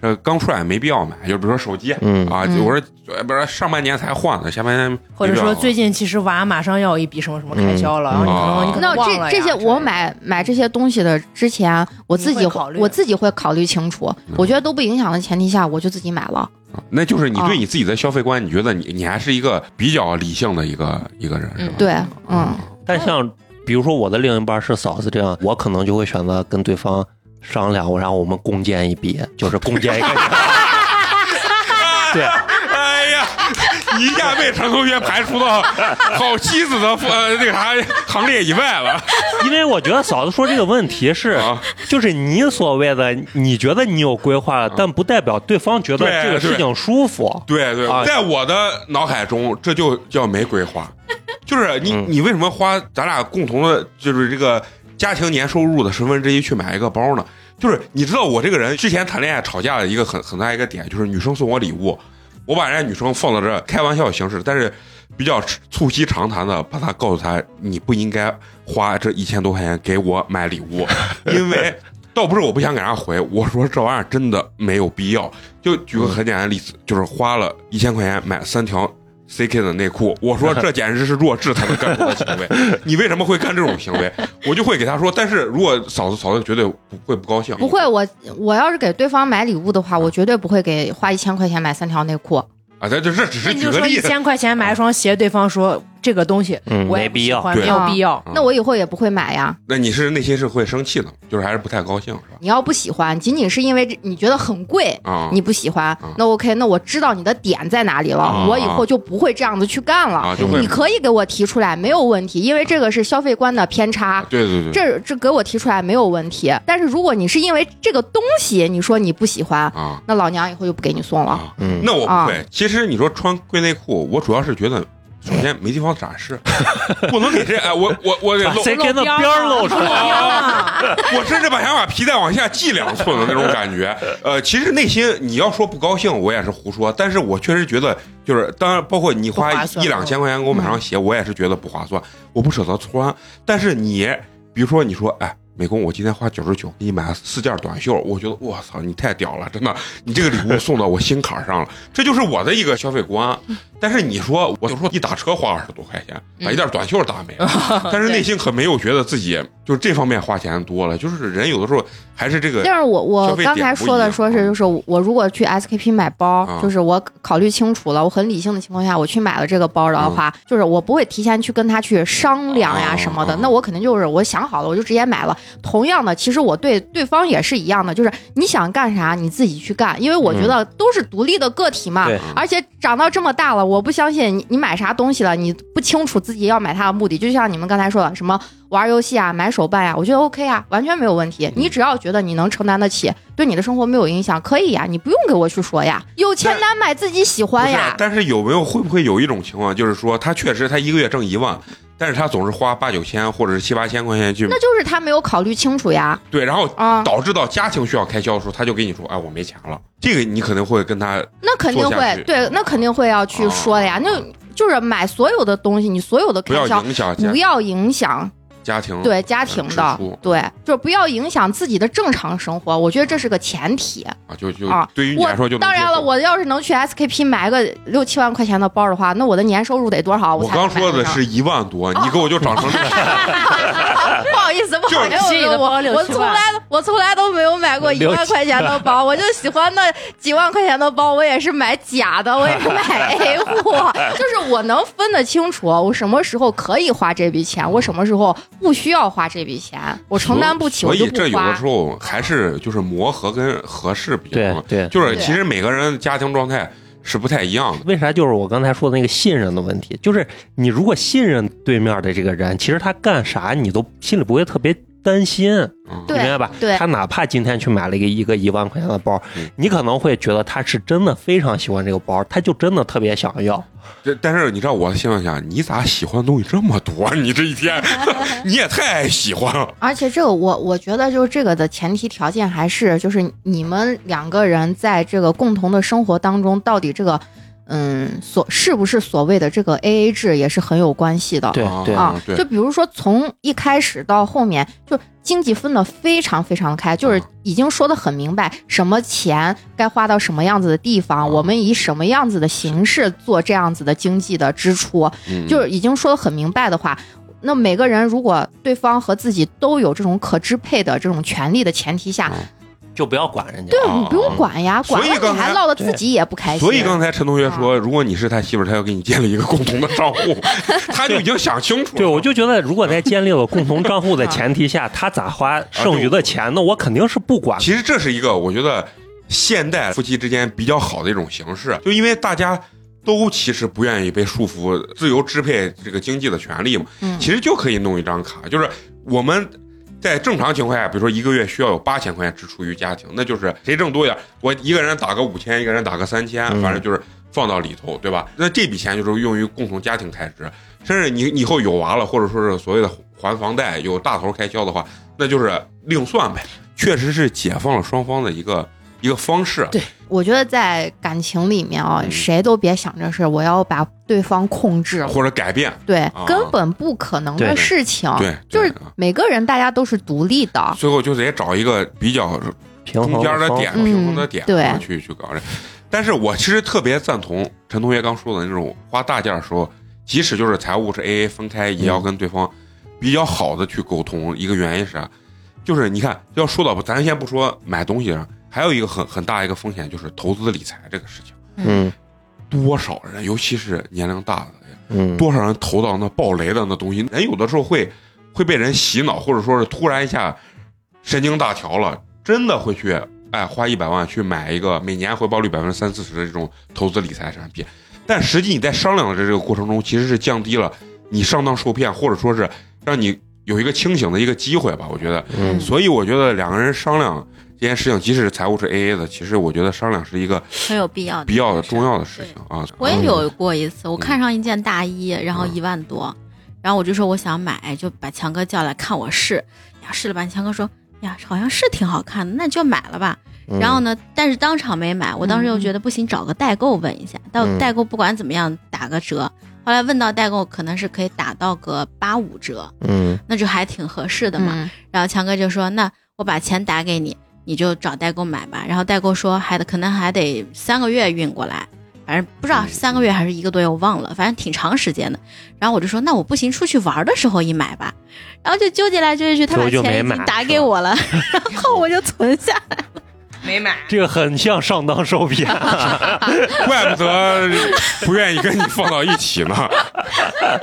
A: 这刚出来没必要买，就比如说手机
E: 嗯
A: 啊，
B: 嗯
A: 就我说呃不是上半年才换的，下半年没
B: 或者
A: 必要
B: 说
A: 了
B: 最近其实娃马上要一笔什么什么开销了，
E: 嗯
B: 然后你可
A: 啊
B: 能你可
C: 那
B: 能忘了
C: 这
B: 呀
C: 这些
B: 之类
C: 我
B: 的
C: 买买这些东西的之前，我自己
B: 你会
C: 会
B: 考虑
C: 我自己会考虑清楚。我觉得都不影响的前提下，我就自己买了。
A: 啊那就是你对你自己的消费观，你觉得你你还是一个比较理性的一个一个人，是吧？
C: 对，嗯，
E: 但像比如说我的另一半是嫂子这样，我可能就会选择跟对方商量，然后我们共建一笔，就是共建一个。 对，
A: 哎呀，你一下被陈同学排除到好妻子的呃那个啥行列以外了
E: 因为我觉得嫂子说这个问题是，
A: 啊！
E: 就是你所谓的你觉得你有规划了，但不代表对方觉得
A: 啊对
E: 这个事
A: 对
E: 情舒服。
A: 对对，
E: 啊
A: 在我的脑海中，这就叫没规 划。就是你，
E: 嗯
A: 你为什么花咱俩共同的，就是这个家庭年收入的十分之一去买一个包呢？就是你知道我这个人之前谈恋爱吵架的一个很很大一个点，就是女生送我礼物，我把人家女生放到这儿开玩笑的形式，但是比较促膝长谈的，把她告诉她，你不应该花这一千多块钱给我买礼物，因为倒不是我不想给她回，我说这玩意儿真的没有必要。就举个很简单的例子，就是花了一千块钱买三条 CK 的内裤，我说这简直是弱智才能干出的行为。你为什么会干这种行为？我就会给他说，但是如果嫂子嫂子绝对不会不高兴，
C: 不会。我我要是给对方买礼物的话，我绝对不会给花一千块钱买三条内裤。
A: 啊，咱就这只
B: 那
A: 是
B: 你
A: 举
B: 就
A: 个
B: 说
A: 例
B: 一
A: 子，
B: 千块钱买一双鞋，对方说这个东西
E: 嗯，
B: 我也
E: 没
B: 不
E: 必
B: 喜
E: 要。
B: 欢
A: 对
B: 没有必要。
A: 嗯
C: 那我以后也不会买呀。
A: 那你是内心是会生气的吗，就是还是不太高兴是吧？
C: 你要不喜欢，仅仅是因为这你觉得很贵，
A: 啊，
C: 你不喜欢
A: 嗯，
C: 那 OK，那我知道你的点在哪里了
A: 啊，
C: 我以后就不会这样子去干
A: 啊
C: 了。
A: 就会
C: 你可以给我提出来，没有问题，因为这个是消费观的偏差。
A: 啊对对对，
C: 这这给我提出来没有问题，但是如果你是因为这个东西你说你不喜欢，
A: 啊
C: 那老娘以后就不给你送了。
A: 啊，
E: 嗯，
A: 那我不
C: 啊
A: 会。其实你说穿贵内裤，我主要是觉得。首先没地方展 示，不能给这哎，我我我得
E: 把
A: 露
E: CK 的边儿露出来。
A: 啊！我甚至把想把皮带往下系两寸的那种感觉。呃，其实内心你要说不高兴，我也是胡说，但是我确实觉得就是，当然包括你花
B: 不划算
A: 一两千块钱给我买双鞋，我也是觉得不划算，我不舍得穿。但是你，比如说你说，哎。美工，我今天花九十九给你买了四件短袖，我觉得我操，你太屌了，真的，你这个礼
C: 哎
A: 物送到我心坎儿上了，这就是我的一个消费观。
C: 嗯
A: 但是你说，我就说一打车花二十多块钱，把一件短袖打没了， 但是内心可没有觉得自己就是这方面花钱多了，就是人有的时候还是这个
C: 但是我
A: 消
C: 我
A: 费
C: 刚
A: 点
C: 才
A: 不
C: 说
A: 一
C: 的
A: 样
C: 说
A: 啊
C: 是就是我如果去 SKP 买包
A: 啊，
C: 就是我考虑清楚了，我很理性的情况下，我去买了这个包的话，就是我不会提前去跟他去商量
A: 啊
C: 呀什么
A: 啊
C: 的，那我肯定就是我想好了我就直接买了。同样的，其实我对对方也是一样的，就是你想干啥你自己去干，因为我
A: 嗯
C: 觉得都是独立的个体嘛
E: 对，
C: 而且长到这么大了，我不相信你你买啥东西了，你不清楚自己要买它的目的，就像你们刚才说的什么。玩游戏啊，买手办呀、我觉得 OK 啊，完全没有问题。你只要觉得你能承担得起，对你的生活没有影响，可以呀、你不用给我去说呀。有钱难买自己喜
A: 不
C: 欢
A: 是啊
C: 呀。
A: 但是有没有会不会有一种情况，就是说他确实他一个月挣一万，但是他总是花八九千或者是七八千块钱去
C: 那就是他没有考虑清楚呀，
A: 对，然后
C: 啊，
A: 导致到家庭需要开销的时候，他就给你说，哎，我没钱了，这个你可能会跟他
C: 那肯定
A: 做下去
C: 会，对，那肯定会要去说的呀。
A: 啊
C: 那就是买所有的东西，你所有的
A: 不
C: 开
A: 要
C: 销
A: 影响家
C: 不要影响
A: 家庭呃
C: 对家庭的
A: 嗯支出，嗯
C: 对，就是不要影响自己的正常生活。我觉得这是个前提。
A: 啊，就就
C: 啊
A: 对于你
C: 我
A: 来说就能
C: 当然
A: 接
C: 了，
A: 受
C: 我要是能去 SKP 买个六七万块钱的包的话，那我的年收入得多少？
A: 我
C: 才
A: 刚
C: 能买啊
A: 说
C: 得
A: 的
C: 上
A: 是一万多，你给我就涨成这个
C: 不好意思，不好意
B: 就是
C: 思，我我从来我从来都没有买过一万块钱的包，我就喜欢那几万块钱的包，我也是买假的，我也 是买 A 货，就是我能分得清楚，我什么时候可以花这笔钱，我什么时候不需要花这笔钱，我承担不起，
A: 所
C: 我就
A: 以这
C: 不
A: 有的
C: 花
A: 时。候还是就是磨合跟合适比较重
E: 对
A: 要。
E: 对，
A: 就是其实每个人家庭状态是不太一样的。
E: 为啥就是我刚才说的那个信任的问题？就是你如果信任对面的这个人，其实他干啥你都心里不会特别担心，
A: 嗯、
E: 你
C: 对
E: 明白吧？
C: 对
E: 他哪怕今天去买了一个一个一万块钱的包
A: 嗯，
E: 你可能会觉得他是真的非常喜欢这个包，他就真的特别想要。
A: 这但是你知道我的心里想，你咋喜欢的东西这么多？啊你这一天 你也太喜欢了。
C: 而且这个我我觉得就是这个的前提条件还是就是你们两个人在这个共同的生活当中，到底这个嗯，所是不是所谓的这个 A A 制也是很有关系的。
E: 对对
C: 啊
A: 对，
C: 就比如说从一开始到后面，就经济分得非常非常开，
A: 啊
C: 就是已经说得很明白，什么钱该花到什么样子的地
A: 啊
C: 方，我们以什么样子的形式做这样子的经济的支出，
A: 嗯
C: 就是已经说得很明白的话。那每个人如果对方和自己都有这种可支配的这种权利的前提下，
E: 就不要管人家。
C: 对
A: 啊
C: 你不用管呀，
A: 哦所
C: 管
A: 以
C: 了
A: 刚
C: 你
A: 才
C: 还落得自己也不开心。
A: 所以刚才陈同学
C: 啊
A: 说，如果你是他媳妇儿，他要给你建立一个共同的账 户，他就已经想清楚了。
E: 对，我就觉得，如果在建立了共同账户的前提下，他咋花剩余的钱，那我肯定是不管。
A: 其实这是一个我觉得现代夫妻之间比较好的一种形式，就因为大家都其实不愿意被束缚，自由支配这个经济的权利嘛，
C: 嗯
A: 其实就可以弄一张卡，就是我们。在正常情况下，比如说一个月需要有八千块钱支出于家庭，那就是谁挣多一点，我一个人打个五千，一个人打个三千，
E: 嗯
A: 反正就是放到里头，对吧？那这笔钱就是用于共同家庭开支，甚至你以后有娃了，或者说是所谓的还房贷有大头开销的话，那就是另算 呗。确实是解放了双方的一个一个方式。啊
B: 对
C: 我觉得在感情里面啊、
A: 嗯
C: 谁都别想着是我要把对方控制，
A: 或者改变，
C: 对
A: 啊，
C: 根本不可能
E: 对
C: 的事情。
A: 哦对，
C: 就是
A: 对啊
C: 每个人大家都是独立的，
A: 最后就得找一个比较
E: 平衡
A: 中间的
E: 方
A: 点，
C: 嗯
A: 平衡的点，
C: 对
A: 啊去去搞这。但是我其实特别赞同陈同学刚说的那种花大件儿的时候，即使就是财务是 A A 分开，也
E: 嗯
A: 要跟对方比较好的去沟通。一个原因是啥？就是你看，要说到咱先不说买东西上，还有一个很很大一个风险就是投资理财这个事情，
E: 嗯
A: 多少人，尤其是年龄大的，
E: 嗯，
A: 多少人投到那暴雷的那东西，人有的时候会会被人洗脑，或者说是突然一下神经大条了，真的会去哎花一百万去买一个每年回报率百分之三四十的这种投资理财产品，但实际你在商量的这个过程中，其实是降低了你上当受骗，或者说是让你有一个清醒的一个机会吧，我觉得。
E: 嗯
A: 所以我觉得两个人商量这件事情，即使是财务是 A A 的，其实我觉得商量是一个
D: 很有必要的，
A: 比较重要的嗯事情啊。
D: 我也有过一次，我看上一件大衣，然后一万多，然后我就说我想买，就把强哥叫来看我试，呀试了半天，强哥说呀好像是挺好看的，那就买了吧。
E: 嗯
A: 嗯
D: 然后呢，但是当场没买，我当时又觉得不行，找个代购问一下，到
E: 嗯
D: 代购不管怎么样打个折。
A: 嗯
D: 后来问到代购，可能是可以打到个八五折，
E: 嗯
D: 那就还挺合适的
C: 对
D: 嘛。
C: 吗？
D: 然后强哥就说：“那我把钱打给你，你就找代购买吧。”然后代购说：“还得可能还得三个月运过来，反正不知道
A: 嗯
D: 是三个月还是一个多月，我忘了，反正挺长时间的。”然后我就说：“那我不行，出去玩的时候一买吧。”然后就纠结来纠结去，他把
E: 最后就没
D: 钱已
E: 买
D: 经打
E: 是
D: 给
E: 吧
D: 我 了，然后我就存下来。
B: 没买。
E: 这个很像上当受骗。
A: 怪不得不愿意跟你放到一起 呢。啊，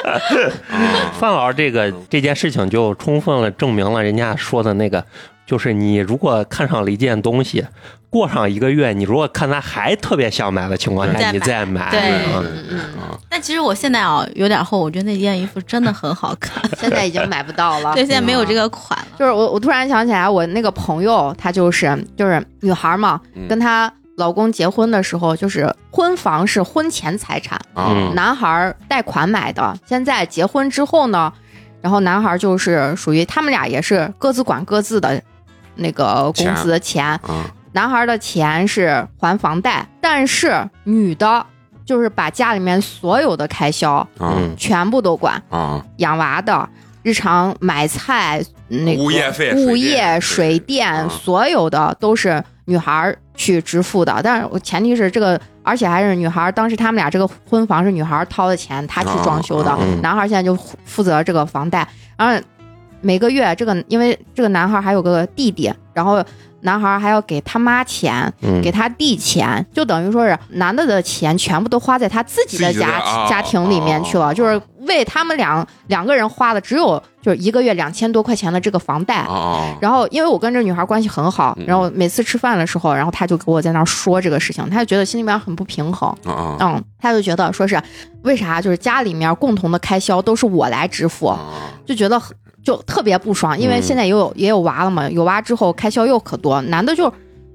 E: 范老师，这个这件事情就充分了证明了人家说的那个，就是你如果看上了一件东西，过上一个月，你如果看他还特别想买的情况
D: 再
E: 下，
D: 买
E: 你再买。
D: 对
E: 嗯
A: 对对啊，
D: 但其实我现在啊有点后，我觉得那件衣服真的很好看，
C: 嗯现在已经买不到
E: 啊
C: 了。
D: 对，现在没有这个款了。
C: 就是我，我突然想起来，我那个朋友，她就是就是女孩嘛，
A: 嗯
C: 跟她老公结婚的时候，就是婚房是婚前财产，
A: 啊
E: 嗯
C: 男孩贷款买的。现在结婚之后呢，然后男孩就是属于他们俩也是各自管各自的那个工资钱，
A: 啊，
C: 男孩的钱是还房贷，但是女的就是把家里面所有的开销
A: 啊
E: 嗯
C: 全部都管，
A: 啊，
C: 养娃的、日常买菜、那个
A: 物业费水电
C: 物业、水
A: 啊
C: 电，所有的都是女孩去支付的。但是我前提是这个，而且还是女孩。当时他们俩这个婚房是女孩掏的钱，她去装修的
A: 啊，
E: 嗯
C: 男孩现在就负责这个房贷，然后。每个月，这个因为这个男孩还有个弟弟，然后男孩还要给他妈钱，
E: 嗯
C: 给他弟钱，就等于说是男的的钱全部都花在他自己的
A: 自己的
C: 家、
A: 啊
C: 家庭里面去了，
A: 啊
C: 就是为他们两两个人花的只有就是一个月两千多块钱的这个房贷。
A: 啊啊，
C: 然后，因为我跟这女孩关系很好
A: 嗯，
C: 然后每次吃饭的时候，然后她就给我在那儿说这个事情，她就觉得心里面很不平衡，
A: 啊啊
C: 嗯，她就觉得说是为啥就是家里面共同的开销都是我来支付，
A: 啊，
C: 就觉得很就特别不爽，因为
E: 嗯
C: 现在也有、也有娃了嘛，有娃之后开销又可多，男的就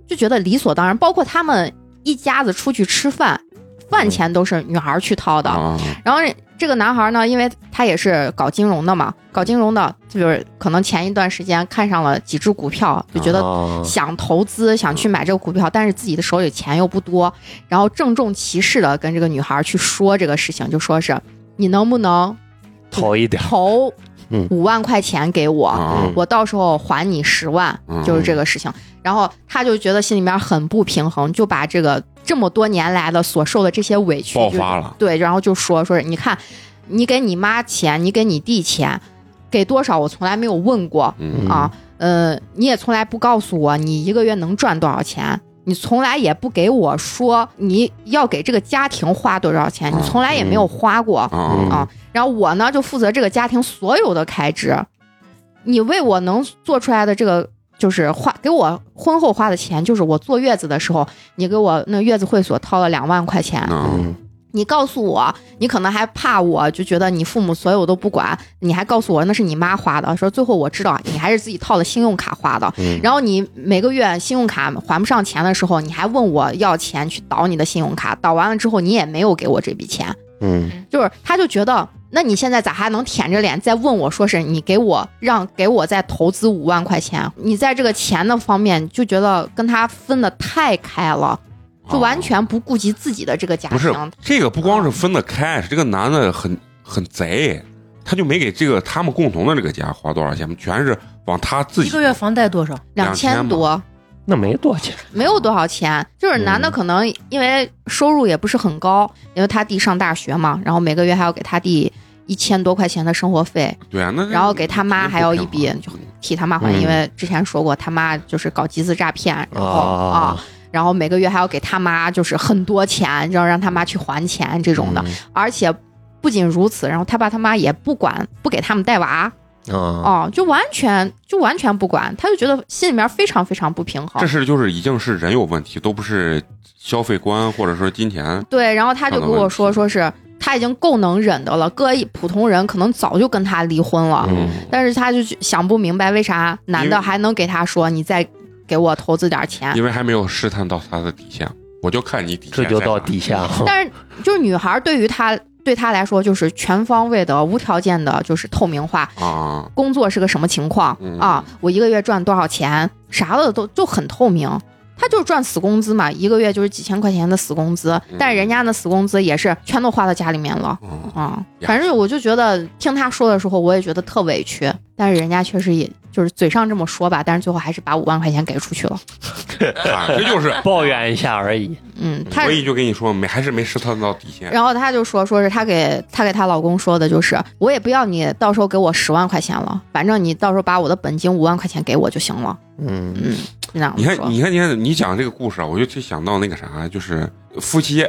C: 就觉得理所当然，包括他们一家子出去吃饭，饭钱都是女孩儿去掏的。
E: 嗯
A: 啊，
C: 然后这个男孩呢，因为他也是搞金融的嘛，搞金融的，就是可能前一段时间看上了几只股票，就觉得
E: 啊
C: 想投资，想去买这个股票，但是自己的手里钱又不多，然后郑重其事的跟这个女孩去说这个事情，就说是你能不能
E: 讨一点儿，
C: 投
E: 嗯
C: 五万块钱给我，我到时候还你十万，
A: 嗯
C: 就是这个事情。然后他就觉得心里面很不平衡，就把这个这么多年来的所受的这些委屈
A: 爆
C: 就
A: 发了，
C: 对，然后就说说是你看，你给你妈钱，你给你弟钱，给多少我从来没有问过
A: 嗯
C: 啊，呃，你也从来不告诉我你一个月能赚多少钱。你从来也不给我说你要给这个家庭花多少
A: 嗯
C: 钱，你从来也没有花过。
A: 啊
C: 啊然后我呢就负责这个家庭所有的开支，你为我能做出来的这个就是花给我婚后花的钱，就是我坐月子的时候，你给我那月子会所掏了两万块钱，
A: 嗯
E: 嗯
C: 你告诉我，你可能还怕我，就觉得你父母所有都不管，你还告诉我那是你妈花的，说最后我知道你还是自己套了信用卡花的，
E: 嗯
C: 然后你每个月信用卡还不上钱的时候，你还问我要钱去倒你的信用卡，倒完了之后你也没有给我这笔钱，
E: 嗯
C: 就是他就觉得，那你现在咋还能舔着脸再问我说是你给我让给我再投资五万块钱？你在这个钱的方面就觉得跟他分的太开了，
A: 啊
C: 就完全不顾及自己的这个家
A: 哦不
C: 庭。
A: 是这个不光是分得开，是这个男的很很贼，他就没给这个他们共同的这个家花多少钱，全是往他自
B: 一
A: 己
B: 个月房贷多少？
C: 两
A: 2000
C: 千
A: 嘛
C: 多，
E: 那没多少钱，
C: 没有多少钱，就是男的可能因为收入也不是很高，因为他弟上大学嘛，然后每个月还要给他弟一千多块钱的生活费，
A: 对啊，那
C: 然后给他妈还要一笔
A: 肯定不平衡
C: 替他妈还，
E: 嗯
C: 因为之前说过他妈就是搞集资诈骗，然后啊
E: 啊，
C: 然后每个月还要给他妈就是很多钱，然后让他妈去还钱这种的，
A: 嗯
E: 嗯
C: 而且不仅如此，然后他爸他妈也不管，不给他们带娃
E: 嗯啊，
C: 哦，就完全就完全不管，他就觉得心里面非常非常不平衡
A: 这。事就是已经是人有问题，都不是消费观或者说金钱。
C: 对，然后他就跟我说，
A: 上的
C: 说是他已经够能忍的了，搁一普通人可能早就跟他离婚了，
A: 嗯
C: 但是他就想不明白为啥男
A: 因为
C: 的还能给他说你再给我投资点钱，
A: 因为还没有试探到他的底线，我就看你底线
E: 这
A: 在哪。
E: 就到底下
A: 哦
E: 了，
C: 但是就是女孩对于他对他来说就是全方位的、无条件的，就是透明化。
A: 啊，
C: 工作是个什么情况、
A: 嗯
C: 啊？我一个月赚多少钱，啥的都就很透明。他就是赚死工资嘛，一个月就是几千块钱的死工资，但是人家那死工资也是全都花到家里面了。
A: 嗯
C: 啊、
A: 呀
C: 反正我就觉得听他说的时候，我也觉得特委屈，但是人家确实也就是嘴上这么说吧，但是最后还是把五万块钱给出去了。
A: 看啊这就是
E: 抱怨一下而已，
C: 嗯，他
A: 所以就跟你说，没还是没试探到底线。
C: 然后她就说，说是她给她给她老公说的，就是我也不要你到时候给我十万块钱了，反正你到时候把我的本金五万块钱给我就行了。
E: 嗯
C: 嗯，就那样
A: 你看，
C: 说。
A: 你看，你看，你讲这个故事啊，我就去想到那个啥，就是夫妻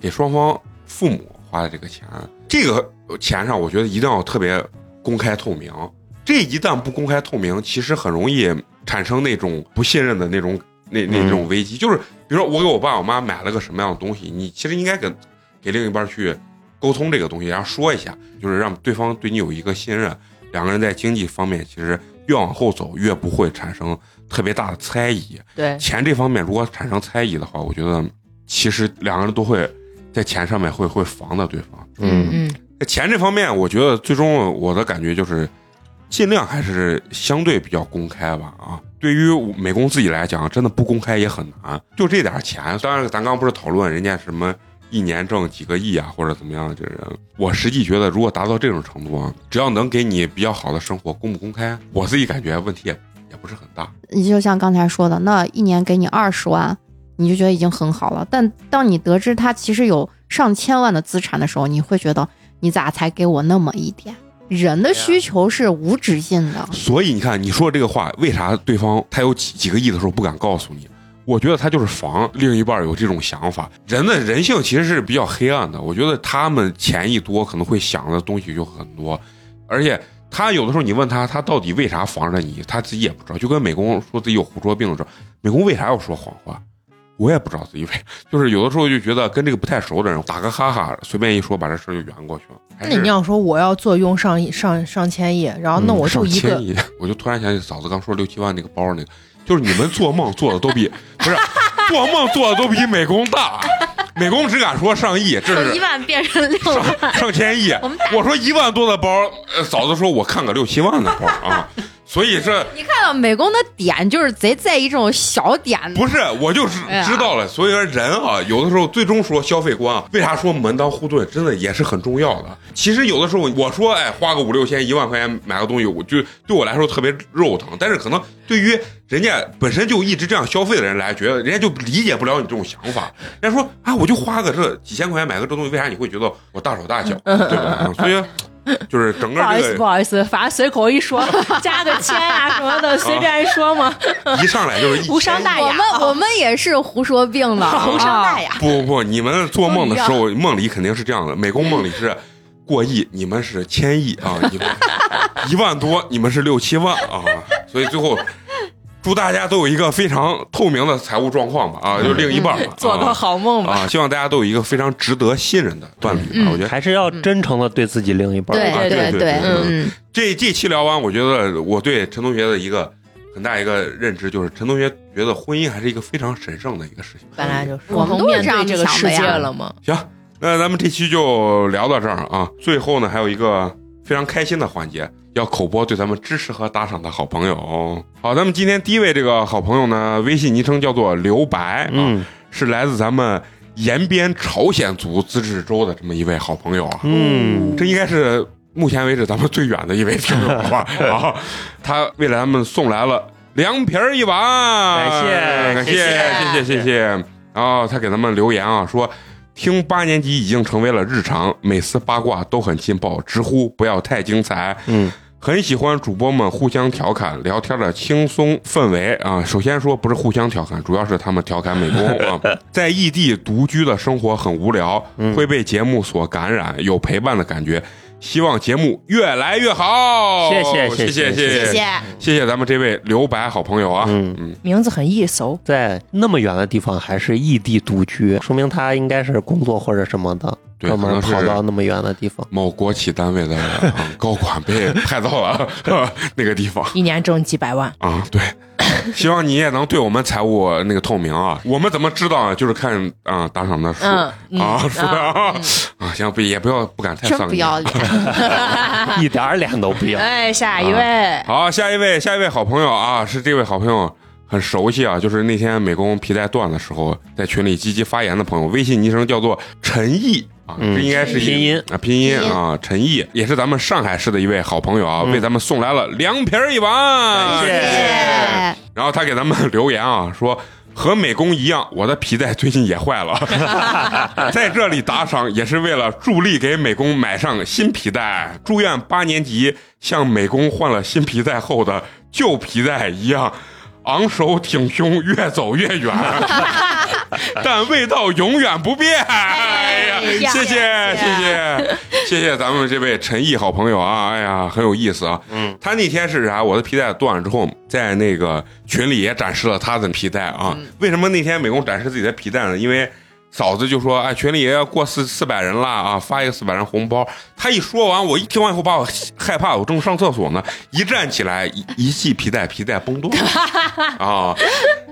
A: 给双方父母花的这个钱，这个钱上，我觉得一定要特别公开透明。这一旦不公开透明，其实很容易产生那种不信任的那种那那
E: 嗯
A: 种危机。就是比如说，我给我爸我妈买了个什么样的东西，你其实应该跟给另一半去沟通这个东西，然后说一下，就是让对方对你有一个信任。两个人在经济方面，其实越往后走越不会产生特别大的猜疑。
B: 对，
A: 钱这方面如果产生猜疑的话，我觉得其实两个人都会在钱上面会会防着对方。
E: 嗯
B: 嗯，
A: 在钱这方面，我觉得最终我的感觉就是，尽量还是相对比较公开吧。啊，对于我美工自己来讲，真的不公开也很难。就这点钱，当然咱刚不是讨论人家什么一年挣几个亿啊，或者怎么样的这人，我实际觉得如果达到这种程度啊，只要能给你比较好的生活，公不公开，我自己感觉问题也也不是很大。
C: 你就像刚才说的，那一年给你二十万，你就觉得已经很好了。但当你得知他其实有上千万的资产的时候，你会觉得你咋才给我那么一点？人的
A: 啊
C: 需求是无止境的。
A: 所以你看，你说这个话，为啥对方他有几几个亿的时候不敢告诉你？我觉得他就是防另一半有这种想法。人的人性其实是比较黑暗的，我觉得他们钱一多，可能会想的东西就很多，而且他有的时候你问他，他到底为啥防着你，他自己也不知道。就跟美工说自己有胡说病的时候，美工为啥要说谎话？我也不知道自己为， 就是有的时候就觉得跟这个不太熟的人打个哈哈，随便一说，把这事儿就圆过去了。还
B: 那
A: 是
B: 你要说我要坐拥上亿上上千亿，然后那
E: 嗯
B: 我就
A: 上
B: 一
A: 千
B: 个，
A: 亿， 我就突然想起嫂子刚说六七万那个包那个，就是你们做梦做的都比不是做梦做的都比美工大，美工只敢说上亿，这
D: 从
A: 是
D: 一万变成六万，
A: 上上千亿。
D: 我们打
A: 我说一万多的包，呃嫂子说我看个六七万的包啊，所以这
C: 你看到美工的点就是贼在意这种小点的，
A: 不是我就知
C: 哎呀
A: 知道了。所以说人啊，有的时候最终说消费观啊，为啥说门当户对，真的也是很重要的。其实有的时候我说哎，花个五六千、一万块钱买个东西，我就对我来说特别肉疼，但是可能对于人家本身就一直这样消费的人来，觉得人家就理解不了你这种想法。人家说啊，我就花个这几千块钱买个这东西，为啥你会觉得我大手大脚，对 吧？所以。就是整
B: 不
A: 个
B: 好意
A: 这
B: 思，
A: 个
B: 不好意思，反正随口一说，加个千呀、什么的，随便一说嘛。
A: 一上来就是一
B: 无伤
A: 千
B: 大
C: 我
B: 雅啊
C: 们我们也是胡说病 的，
B: 无伤大
C: 雅。
B: 雅，
A: 不不不，你们做梦的时候，梦里肯定是这样的。美工梦里是过亿，你们是千亿啊，你们 一万多，你们是六七万啊。所以最后，祝大家都有一个非常透明的财务状况吧啊，就另一半儿吧
B: 做个好梦吧。
A: 啊啊，希望大家都有一个非常值得信任的伴侣啊。我觉得
E: 嗯还是要真诚的对自己另一半。
A: 啊
C: 嗯对
A: 对对
C: 对
A: 对，对
C: 嗯，
A: 这这期聊完，我觉得我对陈同学的一个很大一个认知就是，陈同学觉得婚姻还是一个非常神圣的一个事情。
B: 本来就是
C: 我们
B: 们
C: 都是
B: 面
C: 这样
B: 对这个
C: 想
B: 世
C: 的呀
B: 界了嘛，
A: 行，那咱们这期就聊到这儿啊。最后呢，还有一个非常开心的环节，要口播对咱们支持和打赏的好朋友。好，咱们今天第一位这个好朋友呢，微信昵称叫做刘白，啊，
E: 嗯
A: 是来自咱们延边朝鲜族自治州的这么一位好朋友啊。
E: 嗯，
A: 这应该是目前为止咱们最远的一位听友了 吧？啊，他为了咱们送来了凉皮儿一碗，
E: 感谢
A: 感谢
E: 谢
A: 谢谢谢谢。然后他给咱们留言啊，说听八年级已经成为了日常，每次八卦都很劲爆，直呼不要太精彩。
E: 嗯，
A: 很喜欢主播们互相调侃聊天的轻松氛围啊。首先说不是互相调侃，主要是他们调侃美工 啊，在异地独居的生活很无聊，
E: 嗯
A: 会被节目所感染，有陪伴的感觉。希望节目越来越好，
E: 谢谢
A: 谢谢
E: 谢谢
A: 谢
E: 谢
A: 谢谢咱们这位刘白好朋友啊，
E: 嗯
A: 嗯，
B: 名字很易熟。
E: 在那么远的地方还是异地独居，说明他应该是工作或者什么的，
A: 对
E: 专
A: 可
E: 门
A: 能是
E: 跑到那么远的地方。
A: 某国企单位的啊高管被 派到 了那个地方。
B: 一年挣几百万，
A: 啊，对，希望你也能对我们财务那个透明啊。我们怎么知道啊？就是看啊、打赏的数、
B: 嗯嗯
A: 啊， 数
B: 嗯
A: 啊、啊，行，不也不要不敢太
C: 真
A: 丧
C: 不
A: 气。
C: 要脸。
E: 一点儿脸都 不要。
B: 哎，下一位，
A: 好，下一位，下一位好朋友啊，是这位好朋友很熟悉啊，就是那天美工皮带断的时候，在群里积极发言的朋友，微信昵称叫做陈毅啊，
E: 嗯
A: 这应该是一
E: 拼音
A: 啊，拼音
C: 拼音
A: 啊，陈毅也是咱们上海市的一位好朋友啊，
E: 嗯
A: 为咱们送来了凉皮儿一碗，
E: 感 谢
C: 哎
A: 然后他给咱们留言啊，说和美工一样，我的皮带最近也坏 了，在这里打赏也是为了助力给美工买上新皮带。祝愿八年级像美工换了新皮带后的旧皮带一样。昂首挺胸，越走越 远，但味道永远不变。哎呀，谢谢谢谢谢谢咱们这位陈毅好朋友啊！哎呀，很有意思啊。
E: 嗯，
A: 他那天是啥？我的皮带断了之后，在那个群里也展示了他的皮带啊。为什么那天美工展示自己的皮带呢？因为嫂子就说：“哎，群里也要过四四百人啦啊，发一个四百人红包。”他一说完，我一听完以后，把我害怕，我正上厕所呢，一站起来，一一系皮带，皮带崩断 了啊。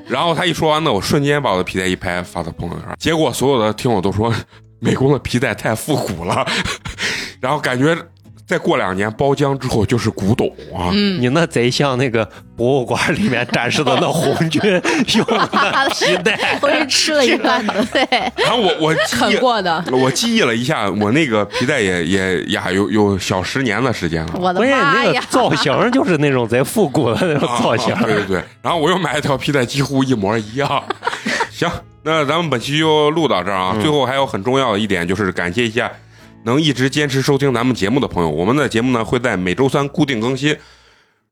A: 然后他一说完呢，我瞬间把我的皮带一拍发到朋友圈，结果所有的听友都说美工的皮带太复古了， 然后感觉再过两年包浆之后就是古董啊。
B: 嗯
E: 你那贼像那个博物馆里面展示的那红军用的那皮带，
B: 我是吃了一半的，
C: 对，
A: 然后我我记忆
B: 啃过的，
A: 我记忆了一下，我那个皮带也也呀有有小十年的时间了。
C: 我的
E: 关键你
C: 妈
E: 那个
C: 呀！
E: 造型就是那种贼复古的那种造型
A: 啊。对对对，然后我又买了条皮带，几乎一模一样。 行，那咱们本期就录到这儿啊。
E: 嗯
A: 最后还有很重要的一点就是感谢一下能一直坚持收听咱们节目的朋友。我们的节目呢会在每周三固定更新。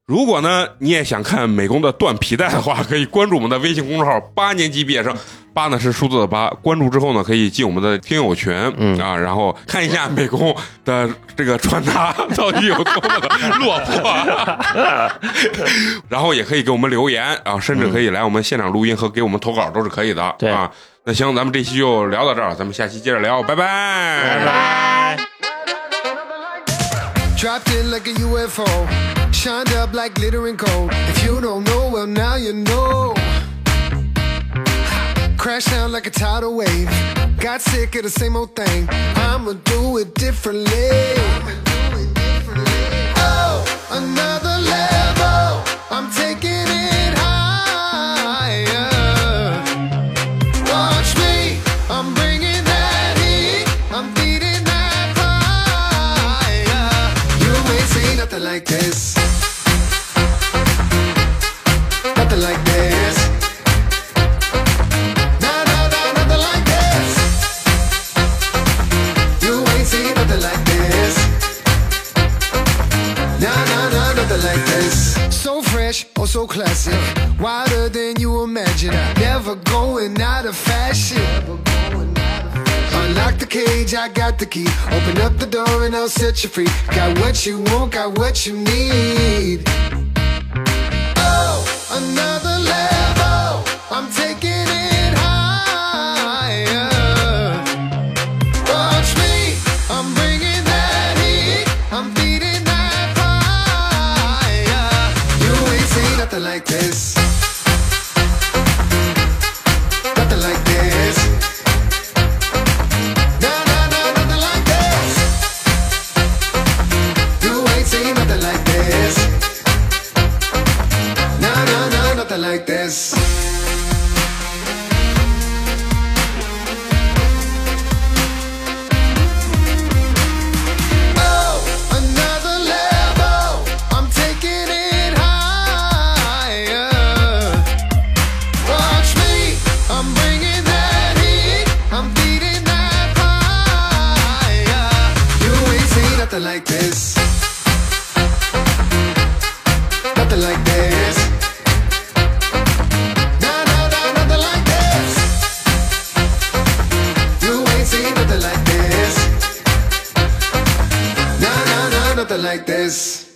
A: 如果呢你也想看美工的断皮带的话，可以关注我们的微信公众号“八年级毕业生”，八呢是数字的八。关注之后呢，可以进我们的听友群、
E: 嗯
A: 啊，然后看一下美工的这个穿搭到底有多么的落魄。啊 然后也可以给我们留言啊，甚至可以来我们现场录音和给我们投稿都是可以的。
E: 对
A: 啊，那行，咱们这期就聊到这儿，咱们下期接着聊，拜拜
E: 拜拜。
F: Dropped in like a UFO, shined up like glittering gold. If you don't know, well, now you know. Crash down like a tidal wave, Got sick of the same old thing. I'ma do it differently. Oh, another level. I'm taking it higher. Watch me, I'm bringing that heat, I'm feeding that fire. You ain't seen nothing like this, nothing like this. No, no, no, nothing like this. You ain't seen nothing like this. No, no, no, nothing like this. So fresh, oh so classic, wilder than you imagine. Never going out of fashion. Unlock the cage, I got the key. Open up the door and I'll set you free. Got what you want, got what you need. Oh, another level. I'm taking it higher. Watch me, I'm bringing that heat, I'm feeding that fire. You ain't seen nothing like this. Nothing like this. No, no, no, nothing like this. You ain't seen nothing like this. No, no, no, nothing like this. Oh, another level. I'm taking it higher. Watch me, I'm bringing that heat, I'm feeding that fire. You ain't seen nothing like this, nothing like this. No, no, no, nothing like this. You ain't seen nothing like this. No, no, no, nothing like this.